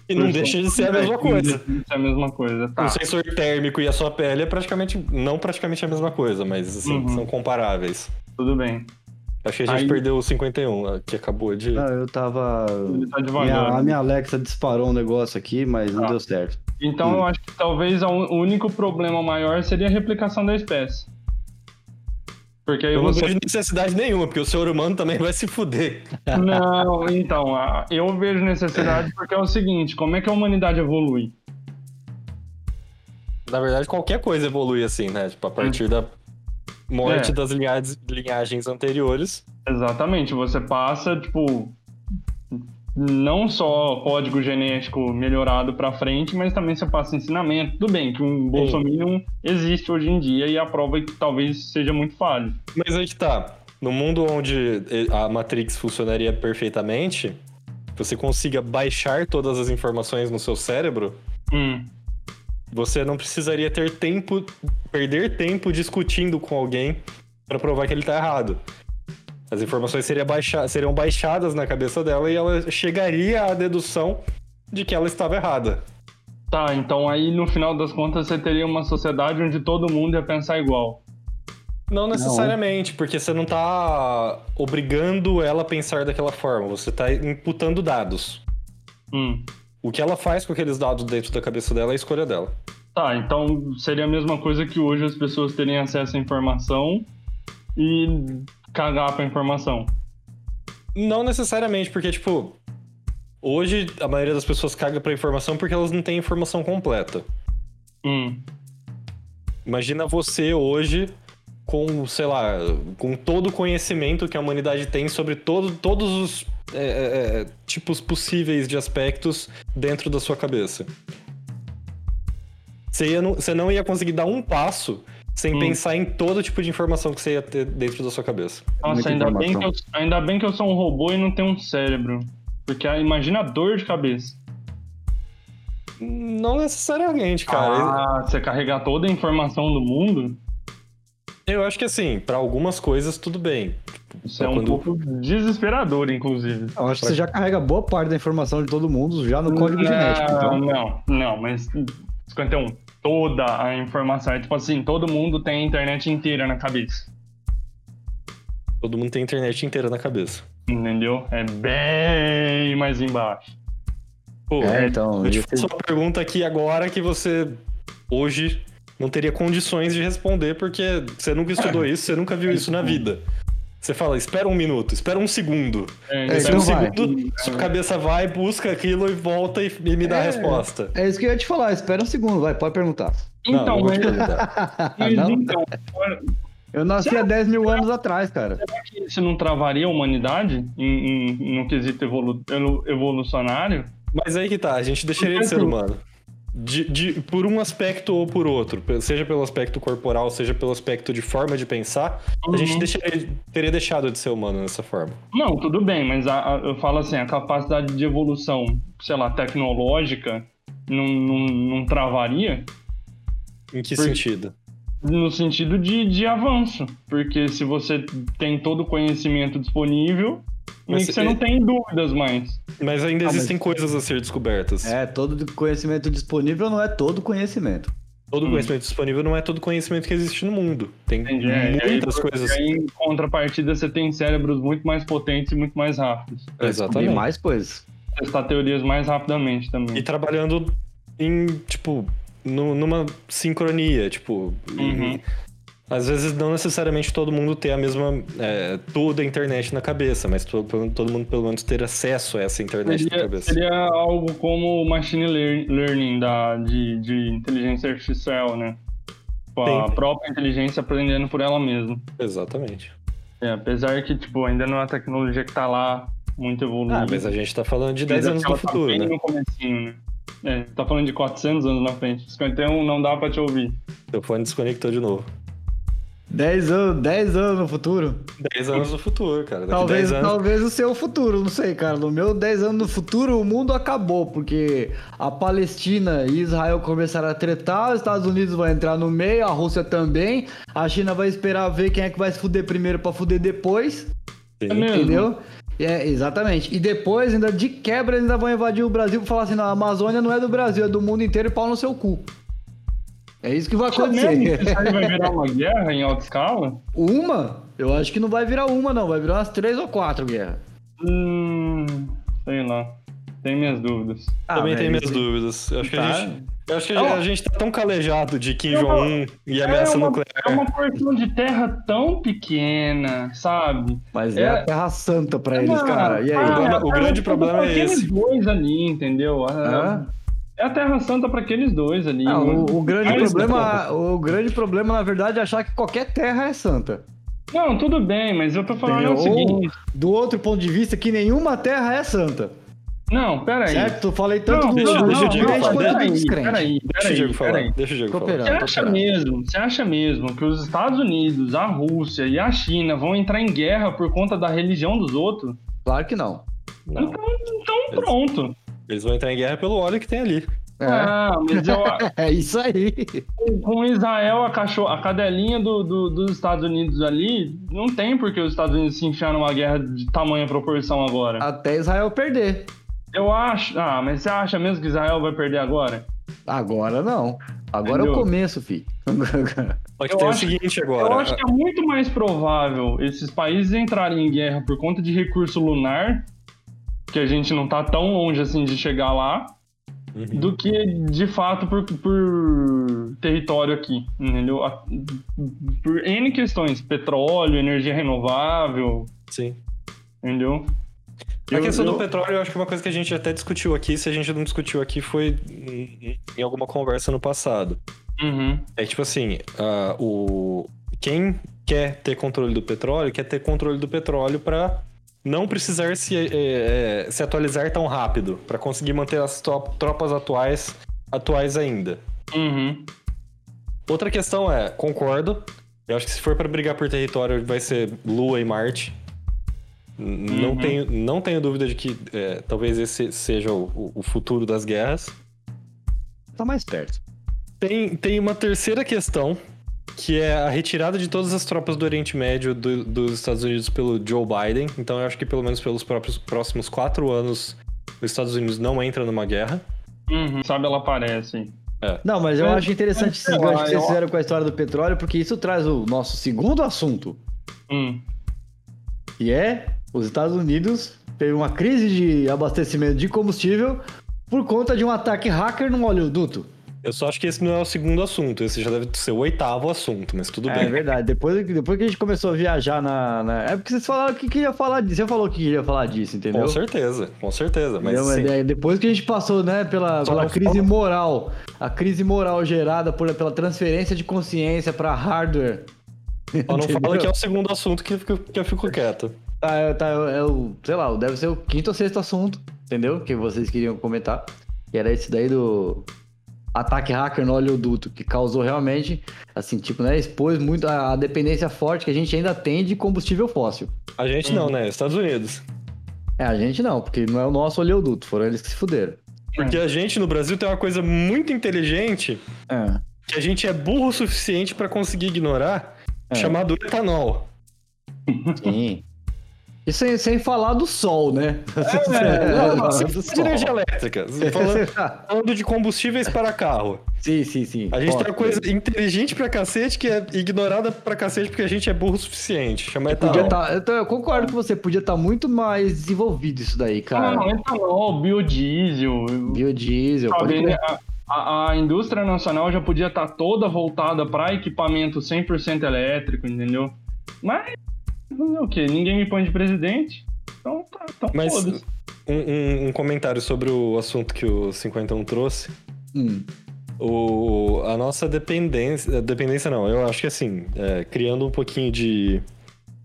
Speaker 1: E não
Speaker 3: por-
Speaker 1: deixa de ser é a mesma
Speaker 3: Não
Speaker 1: coisa.
Speaker 3: deixa de ser é a mesma coisa, tá.
Speaker 1: Um sensor térmico e a sua pele é praticamente. Não praticamente a mesma coisa, mas assim,
Speaker 3: Uhum.
Speaker 1: são comparáveis.
Speaker 3: Tudo bem.
Speaker 1: Acho que a gente
Speaker 3: Aí-
Speaker 1: perdeu o 51, que acabou de.
Speaker 2: Ah, eu tava.
Speaker 3: Ele tá devagar.
Speaker 2: Minha, a minha Alexa disparou um negócio aqui, mas não
Speaker 3: Ah.
Speaker 2: deu certo.
Speaker 3: Então
Speaker 2: Hum.
Speaker 3: eu acho que talvez a un- o único problema maior seria a replicação da espécie. Porque aí
Speaker 1: Eu não
Speaker 3: você.
Speaker 1: vejo necessidade nenhuma, porque o ser humano também vai se fuder.
Speaker 3: Não, então, a- eu vejo necessidade porque é o seguinte: como é que a humanidade evolui?
Speaker 1: na verdade, qualquer coisa evolui assim, né? Tipo, a partir da morte
Speaker 3: Hum. É.
Speaker 1: das linhagens, linhagens anteriores.
Speaker 3: Exatamente, você passa, tipo, não só código genético melhorado pra frente, mas também você passa ensinamento. Tudo bem que um Bolsominion existe hoje em dia e a prova é que talvez seja muito falho.
Speaker 1: Mas aí que tá. No mundo onde a Matrix funcionaria perfeitamente, você consiga baixar todas as informações no seu cérebro,
Speaker 3: Hum,
Speaker 1: você não precisaria ter tempo, perder tempo discutindo com alguém pra provar que ele tá errado. As informações seria baixa- seriam baixadas na cabeça dela e ela chegaria à dedução de que ela estava errada.
Speaker 3: Tá, então aí no final das contas você teria uma sociedade onde todo mundo ia pensar igual.
Speaker 1: Não necessariamente, porque você não tá obrigando ela a pensar daquela forma, você tá imputando dados.
Speaker 3: Hum.
Speaker 1: O que ela faz com aqueles dados dentro da cabeça dela é a escolha dela.
Speaker 3: Tá, então seria a mesma coisa que hoje as pessoas terem acesso à informação e cagar pra informação.
Speaker 1: Não necessariamente, porque, tipo, hoje a maioria das pessoas caga pra informação porque elas não têm informação completa.
Speaker 3: Hum.
Speaker 1: Imagina você hoje com, sei lá, com todo o conhecimento que a humanidade tem sobre todo, todos os é, é, é, tipos possíveis de aspectos dentro da sua cabeça. Você, ia não, você não ia conseguir dar um passo sem
Speaker 3: Hum.
Speaker 1: pensar em todo tipo de informação que você ia ter dentro da sua cabeça.
Speaker 3: Nossa,
Speaker 2: Muita
Speaker 3: ainda bem, que eu,
Speaker 2: informação.
Speaker 3: ainda bem que eu sou um robô e não tenho um cérebro. Porque ah, imagina a dor de cabeça.
Speaker 1: Não necessariamente, cara.
Speaker 3: ah, você carregar toda a informação do mundo,
Speaker 1: Eu acho que assim, pra algumas coisas tudo bem.
Speaker 3: isso
Speaker 1: Pra
Speaker 3: é um
Speaker 1: quando-
Speaker 3: pouco desesperador, inclusive.
Speaker 2: Eu acho que você já carrega boa parte da informação de todo mundo já no código
Speaker 3: não,
Speaker 2: genético. Então.
Speaker 3: Não, não, mas 51, toda a informação. É tipo assim, todo mundo tem a internet inteira na cabeça.
Speaker 1: Todo mundo tem a internet inteira na cabeça.
Speaker 3: Entendeu? É bem mais embaixo.
Speaker 1: Pô,
Speaker 2: É, então.
Speaker 1: Eu te
Speaker 2: ia ser-
Speaker 1: faço uma pergunta aqui agora que você hoje não teria condições de responder, porque você nunca estudou isso, você nunca viu isso na vida. Você fala, espera um minuto, espera um segundo.
Speaker 2: É,
Speaker 1: espera
Speaker 3: então
Speaker 2: isso
Speaker 1: um
Speaker 2: não vai.
Speaker 1: segundo, sua cabeça vai, busca aquilo e volta e, e me dá a
Speaker 2: É.
Speaker 1: resposta.
Speaker 2: É isso que eu ia te falar, espera um segundo, vai, pode perguntar.
Speaker 1: Não,
Speaker 3: Então,
Speaker 1: não vou te
Speaker 3: mas,
Speaker 1: perguntar.
Speaker 3: mas
Speaker 2: Não?
Speaker 3: então,
Speaker 2: Eu nasci há 10 mil anos atrás, cara.
Speaker 3: será que isso não travaria a humanidade em, em- no quesito evolu- evolu- evolucionário?
Speaker 1: Mas aí que tá, a gente deixaria de ser
Speaker 3: assim,
Speaker 1: humano. De- de- por um aspecto ou por outro, pe- seja pelo aspecto corporal, seja pelo aspecto de forma de pensar, a gente
Speaker 3: Uhum.
Speaker 1: deixaria- teria deixado de ser humano nessa forma.
Speaker 3: Não, tudo bem, mas a- a- eu falo assim, a capacidade de evolução, sei lá, tecnológica, não, não, não travaria
Speaker 1: Em que
Speaker 3: Por-
Speaker 1: sentido?
Speaker 3: no sentido de, de avanço. Porque se você tem todo o conhecimento disponível, meio
Speaker 1: Mas é- se-
Speaker 3: que você não tem dúvidas mais.
Speaker 1: Mas ainda
Speaker 2: Ah, mas-
Speaker 1: existem coisas a ser descobertas.
Speaker 2: É, todo conhecimento disponível não é todo conhecimento.
Speaker 1: Todo
Speaker 3: Hum.
Speaker 1: conhecimento disponível não é todo conhecimento que existe no mundo. Tem
Speaker 3: Entende? É, e aí,
Speaker 1: muitas coisas.
Speaker 3: E aí, em contrapartida, você tem cérebros muito mais potentes e muito mais rápidos.
Speaker 2: Tem
Speaker 1: Exatamente.
Speaker 2: mais coisas.
Speaker 3: Testar teorias mais rapidamente também.
Speaker 1: E trabalhando em, tipo, nu- numa sincronia, tipo.
Speaker 3: Uhum.
Speaker 1: e- Às vezes não necessariamente todo mundo ter a mesma. é, toda a internet na cabeça, mas to- todo mundo pelo menos ter acesso a essa internet na
Speaker 3: Seria,
Speaker 1: cabeça.
Speaker 3: seria algo como o machine lear- learning da, de, de inteligência artificial, né? Tipo, a
Speaker 1: Sim.
Speaker 3: própria inteligência aprendendo por ela mesma.
Speaker 1: Exatamente.
Speaker 3: É, apesar que, tipo, ainda não é uma tecnologia que tá lá muito evoluída.
Speaker 1: Ah, mas a gente tá falando de
Speaker 3: Mas
Speaker 1: 10
Speaker 3: é
Speaker 1: anos
Speaker 3: que ela
Speaker 1: no futuro,
Speaker 3: tá bem
Speaker 1: né?
Speaker 3: no comecinho, né? É, tá falando de 400 anos na frente. 51 não dá pra te ouvir.
Speaker 1: Teu fone desconectou de novo.
Speaker 2: 10 anos, 10 anos no futuro.
Speaker 1: 10 anos no futuro, cara. Daqui
Speaker 2: Talvez,
Speaker 1: 10 anos.
Speaker 2: talvez o seu futuro, não sei, cara. No meu 10 anos no futuro, o mundo acabou, porque a Palestina e Israel começaram a tretar, os Estados Unidos vão entrar no meio, a Rússia também, a China vai esperar ver quem é que vai se fuder primeiro pra fuder depois,
Speaker 1: Sim.
Speaker 3: É mesmo.
Speaker 2: entendeu? É, exatamente. E depois, ainda de quebra, eles ainda vão invadir o Brasil pra falar assim: não, a Amazônia não é do Brasil, é do mundo inteiro e pau no seu cu. É isso que vai
Speaker 3: Isso mesmo?
Speaker 2: acontecer.
Speaker 3: Isso aí vai virar uma guerra em alta escala?
Speaker 2: Uma? Eu acho que não vai virar uma, não. Vai virar umas três ou quatro guerras.
Speaker 3: Hum, sei lá. Tenho minhas dúvidas.
Speaker 1: Também
Speaker 2: Ah,
Speaker 1: tem
Speaker 2: velho,
Speaker 1: minhas dúvidas. Eu acho que, a
Speaker 2: Tá.
Speaker 1: gente, eu acho que
Speaker 3: Não.
Speaker 1: a gente tá tão calejado de Kim
Speaker 3: Eu
Speaker 1: Jong-un e
Speaker 3: é
Speaker 1: ameaça
Speaker 3: uma,
Speaker 1: nuclear.
Speaker 3: É uma porção de terra tão pequena, sabe?
Speaker 2: Mas
Speaker 3: É.
Speaker 2: é, a Terra Santa pra eles, cara. E aí?
Speaker 1: Ah,
Speaker 3: é
Speaker 1: o grande
Speaker 3: tipo
Speaker 1: problema é
Speaker 3: aqueles
Speaker 1: esse.
Speaker 3: dois ali, entendeu? A-
Speaker 2: Hã?
Speaker 3: É, É a Terra Santa para aqueles dois ali.
Speaker 2: Ah,
Speaker 3: né?
Speaker 2: o, o grande
Speaker 3: Mas-
Speaker 2: problema, o grande problema, na verdade, é achar que qualquer terra é santa.
Speaker 3: Não, tudo bem, mas eu tô falando
Speaker 2: Entendeu?
Speaker 3: o seguinte.
Speaker 2: Do outro ponto de vista, que nenhuma terra é santa.
Speaker 3: Não, peraí.
Speaker 2: Certo? Eu Falei tanto
Speaker 3: não,
Speaker 2: do
Speaker 1: deixa-
Speaker 2: do
Speaker 1: deixa eu
Speaker 2: crente
Speaker 1: dizer uma
Speaker 2: quanto
Speaker 1: coisa.
Speaker 2: do
Speaker 3: peraí,
Speaker 2: descrente.
Speaker 3: peraí,
Speaker 1: Deixa o
Speaker 3: peraí,
Speaker 1: Diego falar.
Speaker 3: peraí.
Speaker 1: Deixa o Diego
Speaker 2: Tô
Speaker 1: falar.
Speaker 2: operando.
Speaker 3: Você acha
Speaker 2: Não,
Speaker 3: mesmo, você acha mesmo que os Estados Unidos, a Rússia e a China vão entrar em guerra por conta da religião dos outros?
Speaker 2: Claro que não.
Speaker 1: Não,
Speaker 3: Então pronto.
Speaker 1: eles vão entrar em guerra pelo óleo que tem ali.
Speaker 2: É,
Speaker 3: Ah, mas eu, [laughs]
Speaker 2: é isso aí.
Speaker 3: com Israel, a, cachorro, a cadelinha do- do- dos Estados Unidos ali, não tem porque os Estados Unidos se enfiar numa guerra de tamanha proporção agora.
Speaker 2: Até Israel perder.
Speaker 3: Eu acho. Ah, mas você acha mesmo que Israel vai perder agora?
Speaker 2: Agora não. Agora é
Speaker 3: Entendeu?
Speaker 2: o começo, fi. [laughs]
Speaker 1: Só que
Speaker 3: Eu
Speaker 1: tem
Speaker 3: acho-
Speaker 1: o seguinte
Speaker 3: Eu
Speaker 1: agora.
Speaker 3: acho que é muito mais provável esses países entrarem em guerra por conta de recurso lunar, que a gente não tá tão longe assim de chegar lá,
Speaker 1: Uhum.
Speaker 3: do que de fato por, por território aqui, entendeu? A- Por N questões, petróleo, energia renovável,
Speaker 1: Sim.
Speaker 3: entendeu?
Speaker 1: A
Speaker 3: Eu-
Speaker 1: questão
Speaker 3: eu-
Speaker 1: do petróleo, eu acho que uma coisa que a gente até discutiu aqui, se a gente não discutiu aqui, foi em- em alguma conversa no passado.
Speaker 3: Uhum.
Speaker 1: É tipo assim, ah, o... quem quer ter controle do petróleo, quer ter controle do petróleo pra não precisar se, eh, eh, se atualizar tão rápido, pra conseguir manter as to- tropas atuais atuais ainda.
Speaker 3: Uhum.
Speaker 1: Outra questão é, concordo, eu acho que se for pra brigar por território, vai ser Lua e Marte. N- Não,
Speaker 3: Uhum.
Speaker 1: tenho, não tenho dúvida de que eh, talvez esse seja o- o- o futuro das guerras.
Speaker 2: tá mais perto.
Speaker 1: Tem, tem uma terceira questão, que é a retirada de todas as tropas do Oriente Médio do- dos Estados Unidos pelo Joe Biden. Então eu acho que pelo menos pelos próprios, próximos quatro anos os Estados Unidos não entram numa guerra.
Speaker 3: Uhum. Sabe, ela aparece.
Speaker 2: Não, mas eu
Speaker 3: É,
Speaker 2: acho interessante esses
Speaker 3: é,
Speaker 2: ganchos que
Speaker 3: eu-
Speaker 2: vocês fizeram com a história do petróleo, porque isso traz o nosso segundo assunto,
Speaker 3: Hum.
Speaker 2: que é os Estados Unidos teve uma crise de abastecimento de combustível por conta de um ataque hacker num oleoduto.
Speaker 1: Eu só acho que esse não é o segundo assunto, esse já deve ser o oitavo assunto, mas tudo
Speaker 2: É
Speaker 1: bem.
Speaker 2: verdade. Depois, depois que a gente começou a viajar na, na- É porque vocês falaram que queria falar disso. Você falou que queria falar disso, entendeu?
Speaker 1: Com certeza, com certeza. Mas
Speaker 2: Entendeu? Mas
Speaker 1: assim,
Speaker 2: é, depois que a gente passou, né, pela,
Speaker 1: Só
Speaker 2: pela
Speaker 1: não
Speaker 2: crise
Speaker 1: fala-
Speaker 2: moral, a crise moral gerada por, pela transferência de consciência pra hardware.
Speaker 1: só
Speaker 2: [laughs]
Speaker 1: não fala
Speaker 2: Entendeu?
Speaker 1: que é o segundo assunto que, eu fico- que eu fico quieto.
Speaker 2: Tá, é, tá, é o, sei lá, deve ser o quinto ou sexto assunto, entendeu? Que vocês queriam comentar. Que era esse daí do ataque hacker no oleoduto, que causou realmente, assim, tipo, né, expôs muito a, a dependência forte que a gente ainda tem de combustível fóssil.
Speaker 1: A gente não, né? Estados Unidos.
Speaker 2: É, a gente não, porque não é o nosso oleoduto, foram eles que se fuderam.
Speaker 1: Porque a gente no Brasil tem uma coisa muito inteligente
Speaker 2: É.
Speaker 1: que a gente é burro o suficiente pra conseguir ignorar,
Speaker 2: É.
Speaker 1: chamado etanol.
Speaker 2: Sim. E sem, sem falar do sol, né? [laughs]
Speaker 1: É, não,
Speaker 2: Sem
Speaker 1: sem falar de
Speaker 2: falar
Speaker 1: energia
Speaker 2: do
Speaker 1: elétrica. tá
Speaker 2: sol. [laughs]
Speaker 1: Falando, falando de combustíveis para carro.
Speaker 2: Sim, sim, sim.
Speaker 1: A gente tem
Speaker 2: Ó,
Speaker 1: uma coisa inteligente pra cacete que é ignorada pra cacete porque a gente é burro o suficiente. Chama
Speaker 2: Podia
Speaker 1: etanol.
Speaker 2: tá, então eu concordo com você, podia estar muito mais desenvolvido isso daí, cara.
Speaker 3: Ah,
Speaker 1: Ah.
Speaker 3: Não, etanol, biodiesel.
Speaker 2: Biodiesel, pode
Speaker 3: Sabe,
Speaker 1: né?
Speaker 2: crer.
Speaker 3: a, a- a indústria nacional já podia estar toda voltada para equipamento 100% elétrico, entendeu? Mas, fazer o quê? Ninguém me põe de presidente. Então, tá, então
Speaker 1: Mas
Speaker 3: foda-se.
Speaker 1: um, um- um comentário sobre o assunto que o 51 trouxe.
Speaker 2: Hum,
Speaker 1: O, a nossa dependência. eh, Dependência não, eu acho que assim, é, criando um pouquinho de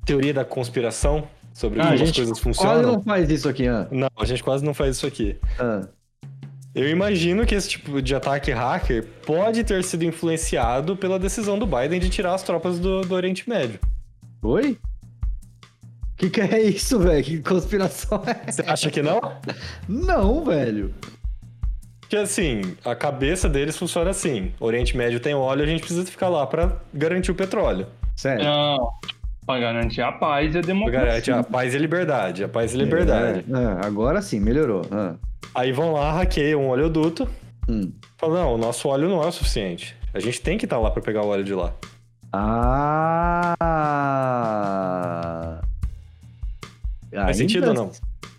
Speaker 1: teoria da conspiração sobre
Speaker 3: Ah,
Speaker 1: como
Speaker 3: a
Speaker 1: as
Speaker 2: gente
Speaker 1: coisas
Speaker 2: Quase
Speaker 1: funcionam.
Speaker 2: não faz isso aqui, Ana.
Speaker 1: Não, a gente quase não faz isso aqui.
Speaker 2: Ah,
Speaker 1: Eu imagino que esse tipo de ataque hacker pode ter sido influenciado pela decisão do Biden de tirar as tropas do, do Oriente Médio.
Speaker 2: Oi? O que, que é isso, velho? Que conspiração é?
Speaker 1: Você acha que não?
Speaker 2: Não, velho.
Speaker 1: Porque assim, a cabeça deles funciona assim: Oriente Médio tem óleo, a gente precisa ficar lá pra garantir o petróleo.
Speaker 2: Sério.
Speaker 3: Não, pra garantir a paz e a
Speaker 1: é. Pra
Speaker 3: democracia.
Speaker 1: garantir a paz e liberdade, a paz e liberdade.
Speaker 2: É, ah, agora sim, melhorou. Ah,
Speaker 1: Aí vão lá, hackeiam um oleoduto,
Speaker 2: hum.
Speaker 1: falam: não, o nosso óleo não é o suficiente. A gente tem que estar lá pra pegar o óleo de lá.
Speaker 2: Ah! Ainda
Speaker 1: Faz sentido ou não?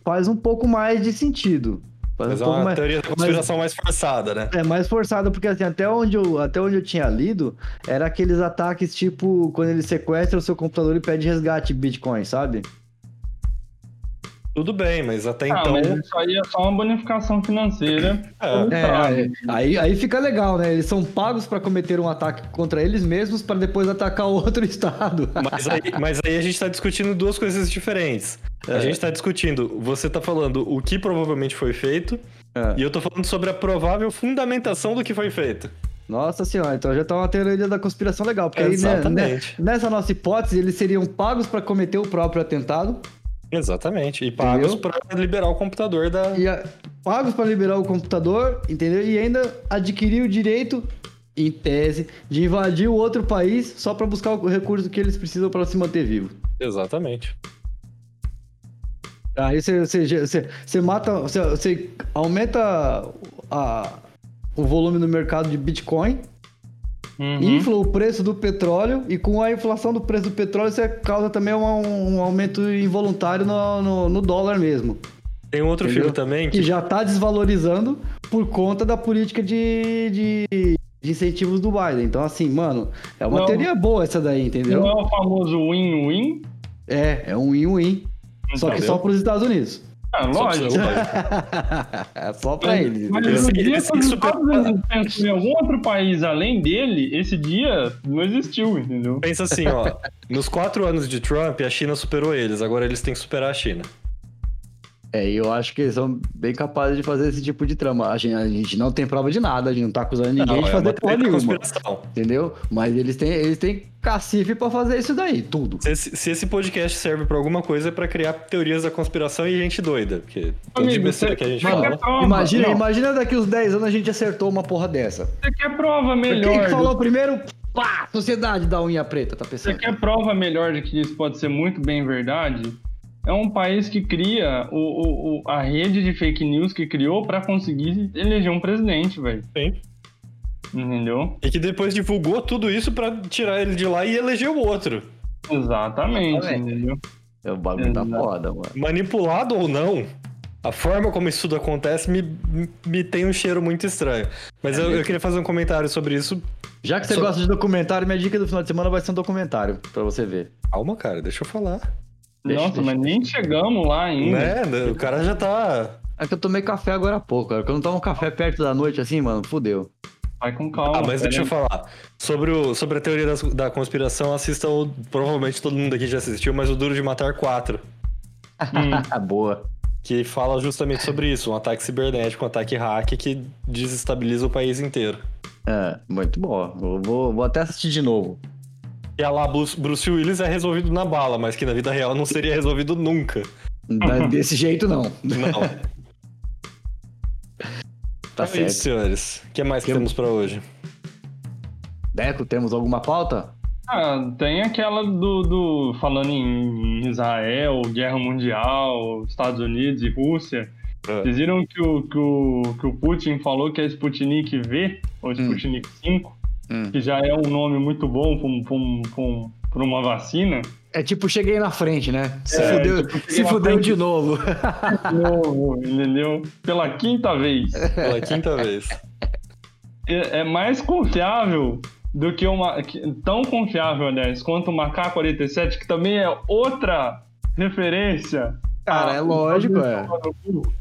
Speaker 2: Faz um pouco mais de sentido. Faz
Speaker 1: Mas é
Speaker 2: um pouco
Speaker 1: uma
Speaker 2: mais...
Speaker 1: teoria da conspiração mais forçada, né?
Speaker 2: É mais forçado, porque assim, até onde, eu, até onde eu tinha lido, era aqueles ataques tipo quando ele sequestra o seu computador e pede resgate em Bitcoin, sabe?
Speaker 1: Tudo bem, mas até
Speaker 3: Ah,
Speaker 1: então.
Speaker 3: mas isso aí é só uma bonificação financeira.
Speaker 1: É.
Speaker 2: É, é. aí, aí fica legal, né? Eles são pagos pra cometer um ataque contra eles mesmos pra depois atacar o outro [laughs] estado.
Speaker 1: é, Mas aí, mas aí a gente tá discutindo duas coisas diferentes. A
Speaker 2: É.
Speaker 1: gente tá discutindo, você tá falando o que provavelmente foi feito,
Speaker 2: É.
Speaker 1: e eu tô falando sobre a provável fundamentação do que foi feito.
Speaker 2: Nossa senhora, então já tá uma teoria da conspiração legal, porque aí, né, né,
Speaker 1: Exatamente.
Speaker 2: nessa nossa hipótese, eles seriam pagos pra cometer o próprio atentado
Speaker 1: Exatamente. E pagos
Speaker 2: Entendeu?
Speaker 1: pra liberar o computador da.
Speaker 2: e a- pagos pra liberar o computador, entendeu? E ainda adquirir o direito em tese de invadir o outro país só pra buscar o recurso que eles precisam pra se manter vivo.
Speaker 1: Exatamente.
Speaker 2: Aí você, você, você, você mata, você, você aumenta a- o volume no mercado de Bitcoin,
Speaker 3: Uhum.
Speaker 2: infla o preço do petróleo e com a inflação do preço do petróleo você causa também uma- um, aumento involuntário no, no- no dólar mesmo,
Speaker 1: Tem um outro
Speaker 2: Entendeu?
Speaker 1: filme também
Speaker 2: que
Speaker 1: que.
Speaker 2: já está desvalorizando por conta da política de, de- de incentivos do Biden. Então, assim, mano, é uma
Speaker 3: Não.
Speaker 2: teoria boa essa daí, entendeu?
Speaker 3: Não é o famoso win-win?
Speaker 2: É, é um win-win. Só
Speaker 3: Então,
Speaker 2: que só
Speaker 1: entendeu?
Speaker 2: para os Estados Unidos. [laughs]
Speaker 3: é, lógico.
Speaker 2: É só para eles.
Speaker 3: Mas
Speaker 2: entendeu?
Speaker 3: no
Speaker 1: Esse-
Speaker 3: dia
Speaker 1: esse
Speaker 3: que os
Speaker 1: super-
Speaker 3: Estados Unidos pensam em algum outro país além dele, esse dia não existiu, entendeu?
Speaker 1: Pensa assim, ó. [laughs] Nos quatro anos de Trump, a China superou eles. Agora eles têm que superar a China.
Speaker 2: É, e eu acho que eles são bem capazes de fazer esse tipo de trama. A gente, a gente não tem prova de nada, a gente não tá acusando ninguém
Speaker 1: Não,
Speaker 2: de
Speaker 1: é
Speaker 2: fazer
Speaker 1: uma
Speaker 2: porra
Speaker 1: teoria da
Speaker 2: nenhuma.
Speaker 1: conspiração.
Speaker 2: Entendeu? Mas eles têm, eles têm cacife pra fazer isso daí, tudo.
Speaker 1: Se esse, se esse podcast serve pra alguma coisa, é pra criar teorias da conspiração e gente doida. Porque tudo de
Speaker 3: Amigo,
Speaker 1: besteira
Speaker 3: você-
Speaker 1: que a gente
Speaker 3: você
Speaker 1: fala.
Speaker 3: quer prova?
Speaker 2: imagina,
Speaker 3: Não,
Speaker 2: imagina daqui uns 10 anos a gente acertou uma porra dessa.
Speaker 3: Você quer prova
Speaker 2: Quem que
Speaker 3: melhor? né?
Speaker 2: falou primeiro? Pá! Sociedade da unha preta, tá
Speaker 3: Você
Speaker 2: pensando?
Speaker 3: quer é prova melhor de que isso pode ser muito bem verdade? É um país que cria o, o- o- a rede de fake news que criou pra conseguir eleger um presidente, velho.
Speaker 1: Sim.
Speaker 3: Entendeu?
Speaker 1: E que depois divulgou tudo isso pra tirar ele de lá e eleger o outro.
Speaker 3: Exatamente,
Speaker 2: Exatamente.
Speaker 3: entendeu?
Speaker 2: É, O bagulho tá
Speaker 3: Exato.
Speaker 2: foda, mano.
Speaker 1: Manipulado ou não, a forma como isso tudo acontece me, me- me tem um cheiro muito estranho. Mas
Speaker 2: É
Speaker 1: eu, eu
Speaker 2: mesmo.
Speaker 1: queria fazer um comentário sobre isso.
Speaker 2: Já que você
Speaker 1: Só-
Speaker 2: gosta de documentário, minha dica do final de semana vai ser um documentário, pra você ver.
Speaker 1: Calma, cara, deixa eu falar.
Speaker 2: Deixa,
Speaker 3: Nossa,
Speaker 2: deixa.
Speaker 3: mas nem chegamos lá
Speaker 2: Hum.
Speaker 3: ainda.
Speaker 1: Né? O cara já tá.
Speaker 2: É que eu tomei café agora há pouco, cara. Quando eu tomo café perto da noite assim, mano, fudeu.
Speaker 3: Vai com calma.
Speaker 1: Ah, mas
Speaker 2: é
Speaker 3: pera
Speaker 1: deixa eu
Speaker 3: aí.
Speaker 1: falar. Sobre, o, sobre a teoria das- da, conspiração, assistam. o- Provavelmente todo mundo aqui já assistiu, mas o Duro de Matar 4.
Speaker 3: Hum.
Speaker 2: Ah, boa.
Speaker 1: que fala justamente sobre isso, um ataque cibernético, um ataque hack que desestabiliza o país inteiro.
Speaker 2: É, muito bom. Eu vou, vou até assistir de
Speaker 3: [laughs]
Speaker 2: novo.
Speaker 1: E a lá, Bruce Bruce Willis é resolvido na bala, mas que na vida real não seria resolvido nunca.
Speaker 2: Não é Desse jeito, não.
Speaker 1: Não.
Speaker 2: [laughs] Tá
Speaker 1: É
Speaker 2: certo.
Speaker 1: Isso, senhores. O que mais que
Speaker 2: Que-
Speaker 1: temos pra hoje?
Speaker 2: Deco, temos alguma pauta?
Speaker 3: Ah, tem aquela do, do. Falando em Israel, Guerra Mundial, Estados Unidos e Rússia.
Speaker 1: É.
Speaker 3: Vocês viram que o, que, o, que o Putin falou que é Sputnik V, ou Sputnik 5,
Speaker 2: Hum.
Speaker 3: que já é um nome muito bom pra, um- pra um- pra um- pra uma vacina.
Speaker 2: É tipo, cheguei na frente, né? Se
Speaker 3: É,
Speaker 2: fudeu,
Speaker 3: tipo, cheguei
Speaker 2: se
Speaker 3: na
Speaker 2: fudeu
Speaker 3: frente.
Speaker 2: de novo.
Speaker 3: Novo, entendeu? Pela quinta vez.
Speaker 1: Pela quinta vez.
Speaker 2: [laughs]
Speaker 3: É, é mais confiável do que uma. que- Tão confiável, aliás, quanto uma K-47, que também é outra referência. Ah,
Speaker 2: Cara, é lógico, é. É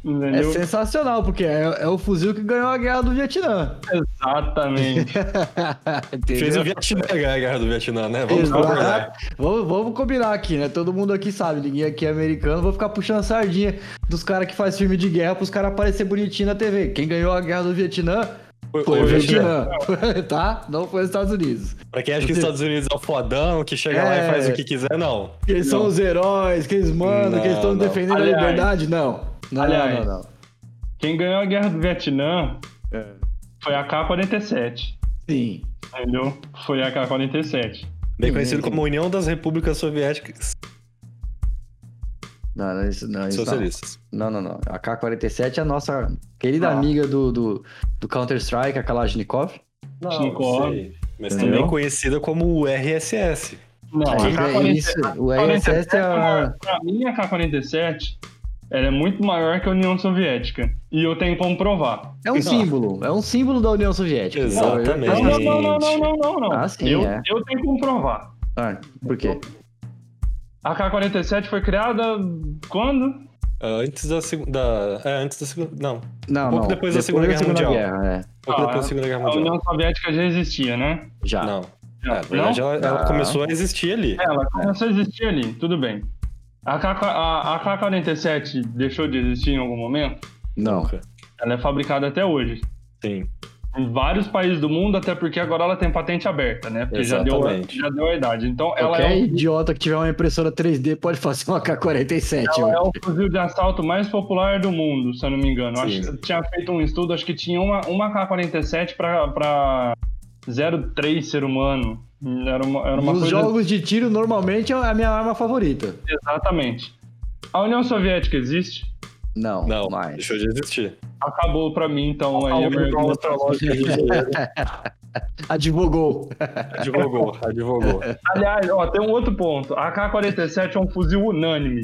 Speaker 3: Entendeu?
Speaker 2: sensacional, porque é, é o fuzil que ganhou a guerra do Vietnã.
Speaker 3: Exatamente.
Speaker 2: [laughs] Entendeu?
Speaker 1: Fez o Vietnã ganhar a guerra do Vietnã, né? Vamos concordar.
Speaker 2: Exato. Vamos, vamos combinar aqui, né? Todo mundo aqui sabe, ninguém aqui é americano. Vou ficar puxando a sardinha dos caras que faz filme de guerra pros caras aparecer bonitinho na TV. Quem ganhou a guerra do Vietnã
Speaker 1: Foi,
Speaker 2: foi
Speaker 1: o
Speaker 2: o
Speaker 1: Vietnã.
Speaker 2: Vietnã, [laughs] tá? Não foi os Estados Unidos.
Speaker 1: Pra quem acha que os Estados Unidos é o fodão, que chega lá e
Speaker 2: É.
Speaker 1: faz o que quiser, não.
Speaker 2: Que eles são
Speaker 3: Não.
Speaker 2: os heróis, que eles mandam, que eles
Speaker 1: Não,
Speaker 2: estão
Speaker 1: não.
Speaker 2: defendendo
Speaker 3: Aliás.
Speaker 2: a liberdade. Não. Não,
Speaker 3: Aliás.
Speaker 2: não, não.
Speaker 3: Quem ganhou a guerra do Vietnã
Speaker 2: não. É.
Speaker 3: foi a K-47.
Speaker 2: Sim.
Speaker 3: Entendeu? Foi a K-47.
Speaker 1: Bem
Speaker 2: Sim,
Speaker 1: conhecido
Speaker 2: sim.
Speaker 1: como União das Repúblicas Soviéticas
Speaker 2: Não, não, isso, não, isso não.
Speaker 1: Socialistas.
Speaker 2: Não, não, não. A K-47 é a nossa querida
Speaker 3: Ah.
Speaker 2: amiga do, do, do Counter-Strike, a Kalashnikov.
Speaker 3: Cinco
Speaker 1: sei. Mas
Speaker 2: Entendeu?
Speaker 1: também conhecida como RSS.
Speaker 3: Não,
Speaker 2: Mas
Speaker 3: a
Speaker 2: é isso, o RSS é a-
Speaker 3: Pra mim, a K-47 ela é muito maior que a União Soviética. E eu tenho como provar.
Speaker 2: É um
Speaker 1: Não.
Speaker 2: símbolo, é um símbolo da União Soviética.
Speaker 1: Exatamente.
Speaker 3: Não, não, não, não, não, não, não, não.
Speaker 2: Ah, sim,
Speaker 3: eu,
Speaker 2: é.
Speaker 3: eu tenho como provar.
Speaker 1: Um
Speaker 2: Ah, por quê?
Speaker 3: A K-47 foi criada quando?
Speaker 1: Ah, Antes da segunda. É, antes da segunda. Não.
Speaker 2: Não,
Speaker 1: Um pouco
Speaker 2: não.
Speaker 1: depois da Segunda Guerra Mundial.
Speaker 2: Guerra, é.
Speaker 1: Um pouco
Speaker 3: Ah,
Speaker 1: depois da Segunda Guerra
Speaker 3: A
Speaker 1: Mundial.
Speaker 3: União Soviética já existia, né?
Speaker 2: Já.
Speaker 1: Não. É,
Speaker 3: Já.
Speaker 1: na verdade, ela, ela
Speaker 2: Ah.
Speaker 1: começou a existir ali.
Speaker 3: É, Ela começou a existir ali, tudo bem. A K- a- a K-47 deixou de existir em algum momento?
Speaker 2: Não.
Speaker 1: Nunca.
Speaker 3: Ela é fabricada até hoje.
Speaker 1: Sim.
Speaker 3: Em vários países do mundo, até porque agora ela tem patente aberta, né? Porque já deu, a-
Speaker 1: Exatamente.
Speaker 3: já deu a idade. Então ela
Speaker 2: Qualquer
Speaker 3: é, um,
Speaker 2: idiota que tiver uma impressora 3D pode fazer uma K-47.
Speaker 3: ela é
Speaker 2: mano.
Speaker 3: o fuzil de assalto mais popular do mundo, se eu não me engano. Acho
Speaker 1: Sim.
Speaker 3: que eu tinha feito um estudo, acho que tinha uma, uma K-47 pra, pra 0,3 ser humano. Era uma, era uma
Speaker 2: Nos
Speaker 3: coisa
Speaker 2: jogos de tiro, normalmente é a minha arma favorita.
Speaker 3: Exatamente. A União Soviética existe?
Speaker 2: Não,
Speaker 1: Não,
Speaker 2: mais.
Speaker 1: deixou de existir.
Speaker 3: Acabou pra mim, então. aí a minha vida-
Speaker 2: Advogou.
Speaker 1: [laughs] Advogou, advogou.
Speaker 3: Aliás, ó, tem um outro ponto. A K-47 é um fuzil unânime.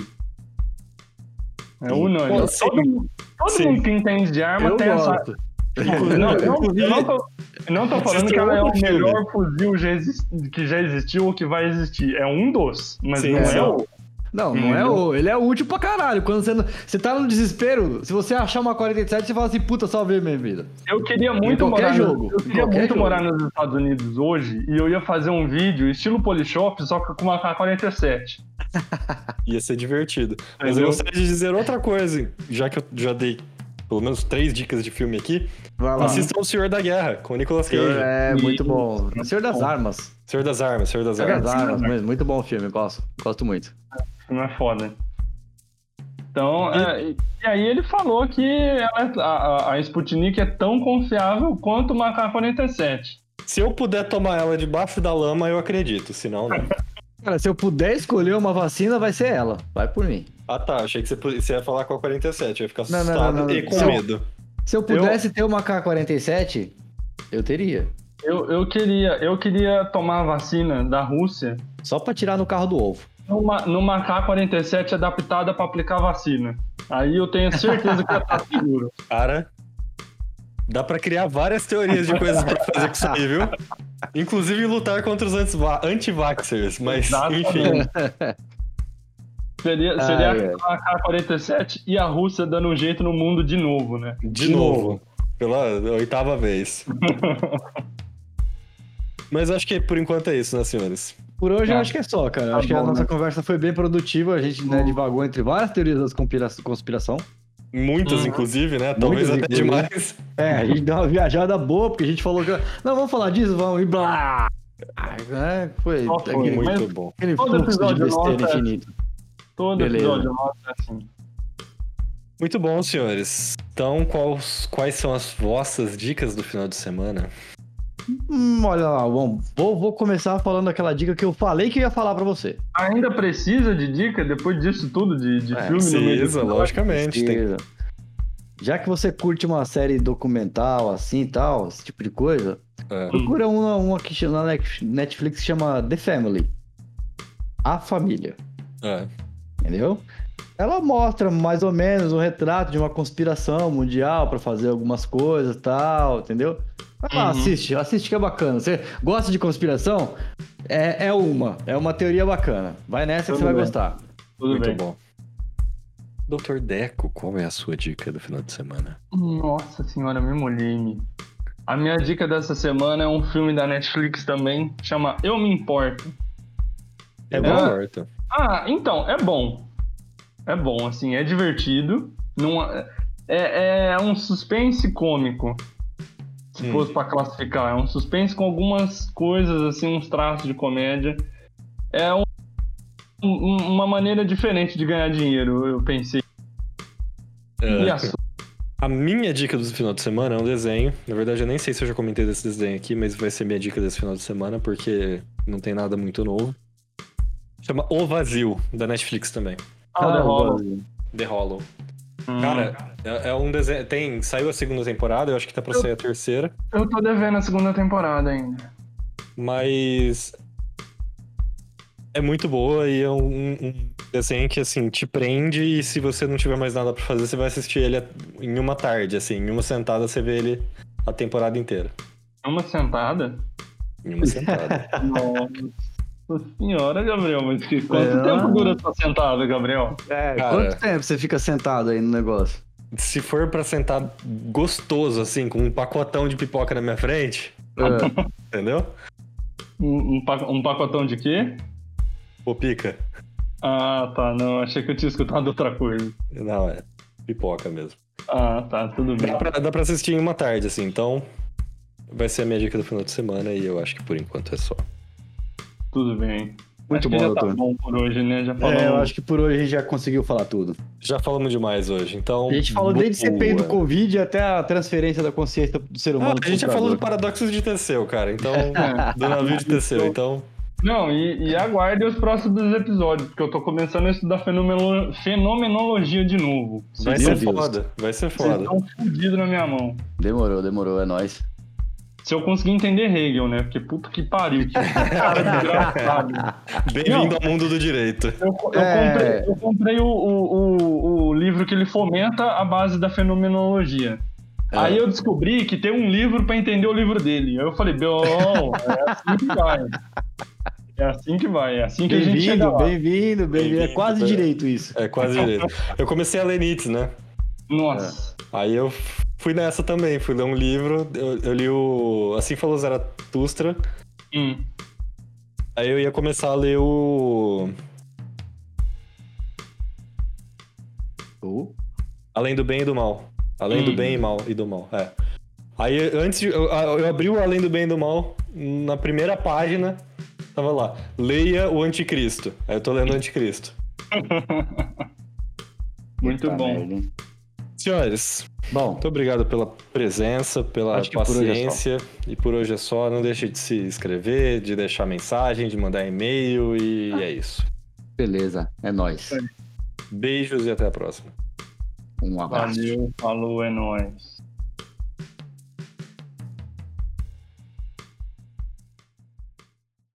Speaker 3: É unânime.
Speaker 1: Pô, sim.
Speaker 3: todo mundo, todo
Speaker 1: Sim.
Speaker 3: mundo que entende de arma
Speaker 2: Eu
Speaker 3: tem essa.
Speaker 2: gosto.
Speaker 3: Não, não, eu não tô, eu não tô falando que ela é o
Speaker 1: Existe um outro
Speaker 3: melhor fuzil já exis- que já existiu ou que vai existir. É um dos, mas
Speaker 1: Sim,
Speaker 3: não
Speaker 2: sim.
Speaker 3: é o.
Speaker 2: Não, não é o. Ele é útil pra caralho. Quando você, não- você tá no desespero, se você achar uma 47, você fala assim, puta, salvei minha vida.
Speaker 3: Eu queria muito,
Speaker 2: qualquer
Speaker 3: morar,
Speaker 2: jogo,
Speaker 3: nos,
Speaker 2: em
Speaker 3: eu queria
Speaker 2: qualquer
Speaker 3: muito
Speaker 2: jogo.
Speaker 3: morar nos Estados Unidos hoje e eu ia fazer um vídeo estilo Polishop, só que com uma K-47.
Speaker 1: Ia ser divertido. Mas eu
Speaker 3: Entendeu?
Speaker 1: gostaria de dizer outra coisa, já que eu já dei pelo menos três dicas de filme aqui.
Speaker 2: Vai lá.
Speaker 1: Assistam O Senhor da Guerra, com o Nicolas Cage.
Speaker 2: Senhor, é,
Speaker 3: E-
Speaker 2: muito bom. Senhor das
Speaker 3: Bom.
Speaker 2: Armas.
Speaker 1: Senhor das Armas, Senhor das
Speaker 2: Senhor das
Speaker 1: Armas.
Speaker 2: Armas, mesmo. muito bom o filme, gosto. Gosto muito.
Speaker 3: Não é foda. Então, é, e e aí ele falou que ela é- a, a- a Sputnik é tão confiável quanto uma K-47.
Speaker 1: Se eu puder tomar ela debaixo da lama, eu acredito. Se não,
Speaker 2: [laughs]
Speaker 1: não.
Speaker 2: Cara, se eu puder escolher uma vacina, vai ser ela. Vai por mim.
Speaker 1: Ah tá, achei que você pu- você ia falar com a 47. Eu ia ficar
Speaker 2: Não, não,
Speaker 1: assustado
Speaker 2: não, não,
Speaker 1: e
Speaker 2: não.
Speaker 1: com
Speaker 2: Não.
Speaker 1: medo.
Speaker 2: Se eu pudesse ter uma K-47, eu teria.
Speaker 3: Eu, eu, queria, eu queria tomar a vacina da Rússia
Speaker 2: Só pra tirar no carro do ovo.
Speaker 3: numa, numa K-47 adaptada para aplicar vacina. Aí eu tenho certeza que eu ia
Speaker 2: [laughs]
Speaker 3: estar seguro.
Speaker 1: Cara, dá pra criar várias teorias de coisas pra fazer com isso aí,
Speaker 2: [laughs]
Speaker 1: viu? Inclusive lutar contra os antisva- anti-vaxxers, mas
Speaker 3: Exatamente.
Speaker 1: enfim.
Speaker 3: Seria, seria
Speaker 2: Ai, ai.
Speaker 3: a K-47 e a Rússia dando um jeito no mundo de novo, né?
Speaker 1: De
Speaker 2: De
Speaker 1: novo. Pela oitava
Speaker 2: [laughs]
Speaker 1: vez. Mas acho que por enquanto é isso, né, senhores?
Speaker 2: Por hoje eu
Speaker 3: Tá.
Speaker 2: acho que é só, cara.
Speaker 3: Tá
Speaker 2: acho que a
Speaker 3: bom,
Speaker 2: nossa
Speaker 3: né?
Speaker 2: conversa foi bem produtiva. A gente né, divagou entre várias teorias da conspira- conspiração.
Speaker 1: Muitas,
Speaker 3: Uhum.
Speaker 1: inclusive, né? Talvez
Speaker 2: Hum. Muitas,
Speaker 1: até
Speaker 2: inclusive.
Speaker 1: demais.
Speaker 2: É, a gente deu uma viajada boa, porque a gente falou que. Não, vamos falar disso, vamos e blá! É, foi
Speaker 3: Só foi,
Speaker 2: aquele,
Speaker 1: Muito
Speaker 3: Mas-
Speaker 1: bom.
Speaker 2: aquele
Speaker 3: todo
Speaker 2: fluxo de
Speaker 3: episódio
Speaker 2: besteira
Speaker 3: nosso é-
Speaker 2: infinito.
Speaker 3: Todo
Speaker 2: Beleza.
Speaker 3: episódio nosso é assim.
Speaker 1: Muito bom, senhores. Então, quais, quais são as vossas dicas do final de semana?
Speaker 2: Hum, olha lá, bom, vou, vou começar falando aquela dica que eu falei que eu ia falar pra você.
Speaker 3: Ainda precisa de dica depois disso tudo, de, de
Speaker 2: É,
Speaker 3: filme no meio do-
Speaker 1: Precisa, logicamente. Tem...
Speaker 2: Beleza. Já que você curte uma série documental assim e tal, esse tipo de coisa,
Speaker 1: É.
Speaker 2: procura uma, uma que chama, na Netflix que chama The Family. A Família.
Speaker 1: É.
Speaker 2: entendeu? Ela mostra mais ou menos um retrato de uma conspiração mundial pra fazer algumas coisas e tal, entendeu? Vai lá,
Speaker 3: Uhum.
Speaker 2: assiste, assiste que é bacana. Você gosta de conspiração? É, é uma, é uma teoria bacana. Vai nessa que
Speaker 3: Tudo
Speaker 2: você vai
Speaker 3: bem.
Speaker 2: gostar.
Speaker 3: Tudo
Speaker 1: Muito
Speaker 3: bem.
Speaker 1: bom. Doutor Deco, qual é a sua dica do final de semana?
Speaker 3: Nossa senhora, me molhei. me. A minha dica dessa semana é um filme da Netflix também, chama Eu Me Importo.
Speaker 1: É
Speaker 2: bom?
Speaker 1: Morto.
Speaker 3: Ah, então, é bom. É bom, assim, é divertido. Não é, é- é um suspense cômico. Se
Speaker 1: Hum.
Speaker 3: fosse pra classificar, é um suspense com algumas coisas, assim, uns traços de comédia. É um- um- uma maneira diferente de ganhar dinheiro, eu pensei. E a sua?
Speaker 1: É. A minha dica do final de semana é um desenho. Na verdade, eu nem sei se eu já comentei desse desenho aqui, mas vai ser minha dica desse final de semana, porque não tem nada muito novo. Chama O Vazio, da Netflix também.
Speaker 3: Ah,
Speaker 1: Tá
Speaker 3: The
Speaker 2: Ah,
Speaker 3: Hollow.
Speaker 1: The Hollow.
Speaker 3: Hum.
Speaker 1: Cara, é, é um desenho. Tem, saiu a segunda temporada, eu acho que tá pra
Speaker 3: Eu-
Speaker 1: sair a terceira.
Speaker 3: Eu tô devendo a segunda temporada ainda.
Speaker 1: mas é muito boa e é um, um desenho que assim te prende e se você não tiver mais nada pra fazer você vai assistir ele em uma tarde assim em uma sentada você vê ele a temporada inteira
Speaker 3: Uma É sentada? [laughs]
Speaker 1: em uma sentada
Speaker 3: Nossa Nossa [laughs] senhora, Gabriel, mas que- quanto
Speaker 2: É,
Speaker 3: tempo
Speaker 2: não.
Speaker 3: dura sua sentada, Gabriel?
Speaker 2: É,
Speaker 1: Cara.
Speaker 2: quanto tempo você fica sentado aí no negócio?
Speaker 1: Se for pra sentar gostoso, assim, com um pacotão de pipoca na minha frente,
Speaker 2: É,
Speaker 1: entendeu?
Speaker 3: Um, um pa- um pacotão de quê?
Speaker 1: Pô, pica.
Speaker 3: Ah, tá, não, achei que eu tinha escutado outra coisa.
Speaker 1: Não, é pipoca mesmo.
Speaker 3: Ah, tá, tudo bem.
Speaker 1: Dá pra, dá pra assistir em uma tarde, assim, então vai ser a minha dica do final de semana e eu acho que por enquanto é só.
Speaker 3: Tudo bem.
Speaker 2: Muito
Speaker 3: acho
Speaker 2: bom,
Speaker 3: que já tá
Speaker 2: doutor.
Speaker 3: bom por hoje, né? Já falamos.
Speaker 2: É, eu acho que por hoje a gente já conseguiu falar tudo.
Speaker 1: Já falamos demais hoje, então.
Speaker 2: A gente falou desde
Speaker 1: boa.
Speaker 2: CPI do Covid até a transferência da consciência do ser
Speaker 1: Ah,
Speaker 2: humano.
Speaker 1: a gente já
Speaker 2: pro
Speaker 1: falou do
Speaker 2: computador.
Speaker 1: paradoxo de Teseu, cara,
Speaker 2: [laughs]
Speaker 1: então.
Speaker 3: É.
Speaker 1: do navio de Teseu, então.
Speaker 3: Não, e, e aguardem os próximos episódios, porque eu tô começando a estudar fenomeno- fenomenologia de novo.
Speaker 1: Vai
Speaker 2: Meu
Speaker 1: ser
Speaker 2: Deus.
Speaker 1: foda, vai ser
Speaker 3: Vocês
Speaker 1: foda.
Speaker 3: estão fodidos na minha mão.
Speaker 2: Demorou, demorou, é nóis.
Speaker 3: Se eu conseguir entender Hegel, né? Porque puta que pariu, que cara
Speaker 2: [laughs]
Speaker 3: desgraçado.
Speaker 1: Bem-vindo ao mundo do direito.
Speaker 3: Eu, eu
Speaker 2: É.
Speaker 3: comprei, eu comprei o, o- o- o livro que ele fomenta a base da fenomenologia. Aí eu descobri que tem um livro pra entender o livro dele. Aí eu falei, Biol, é assim que vai. É assim que vai, é assim que a gente
Speaker 2: Bem-vindo,
Speaker 3: chega lá.
Speaker 2: bem-vindo, bem-vindo. É
Speaker 1: Bem-vindo,
Speaker 2: quase
Speaker 1: é.
Speaker 2: direito isso.
Speaker 1: É,
Speaker 2: [laughs]
Speaker 1: quase direito. Eu comecei a ler Nietzsche, né?
Speaker 3: Nossa.
Speaker 1: Aí eu fui nessa também, fui ler um livro, eu, eu li o Assim Falou Zaratustra,
Speaker 3: Hum.
Speaker 1: aí eu ia começar a ler o
Speaker 2: Oh,
Speaker 1: Além do Bem e do Mal. Além do
Speaker 2: Uhum.
Speaker 3: Hum.
Speaker 1: Bem e Mal e do Mal, é. Aí eu- antes de, eu, eu abri o Além do Bem e do Mal, na primeira página, tava lá, leia o Anticristo. Aí eu tô lendo o Anticristo.
Speaker 3: Muito
Speaker 2: puta
Speaker 3: bom.
Speaker 2: merda, hein?
Speaker 1: Senhores,
Speaker 2: Bom,
Speaker 1: muito obrigado pela presença, pela
Speaker 2: Acho que por hoje é
Speaker 1: paciência. e por hoje é só, não deixe de se inscrever, de deixar mensagem, de mandar e-mail e
Speaker 2: Ah.
Speaker 1: é isso.
Speaker 2: beleza, é nóis.
Speaker 1: Beijos e até a próxima.
Speaker 2: Um abraço.
Speaker 3: Valeu, falou, é nóis.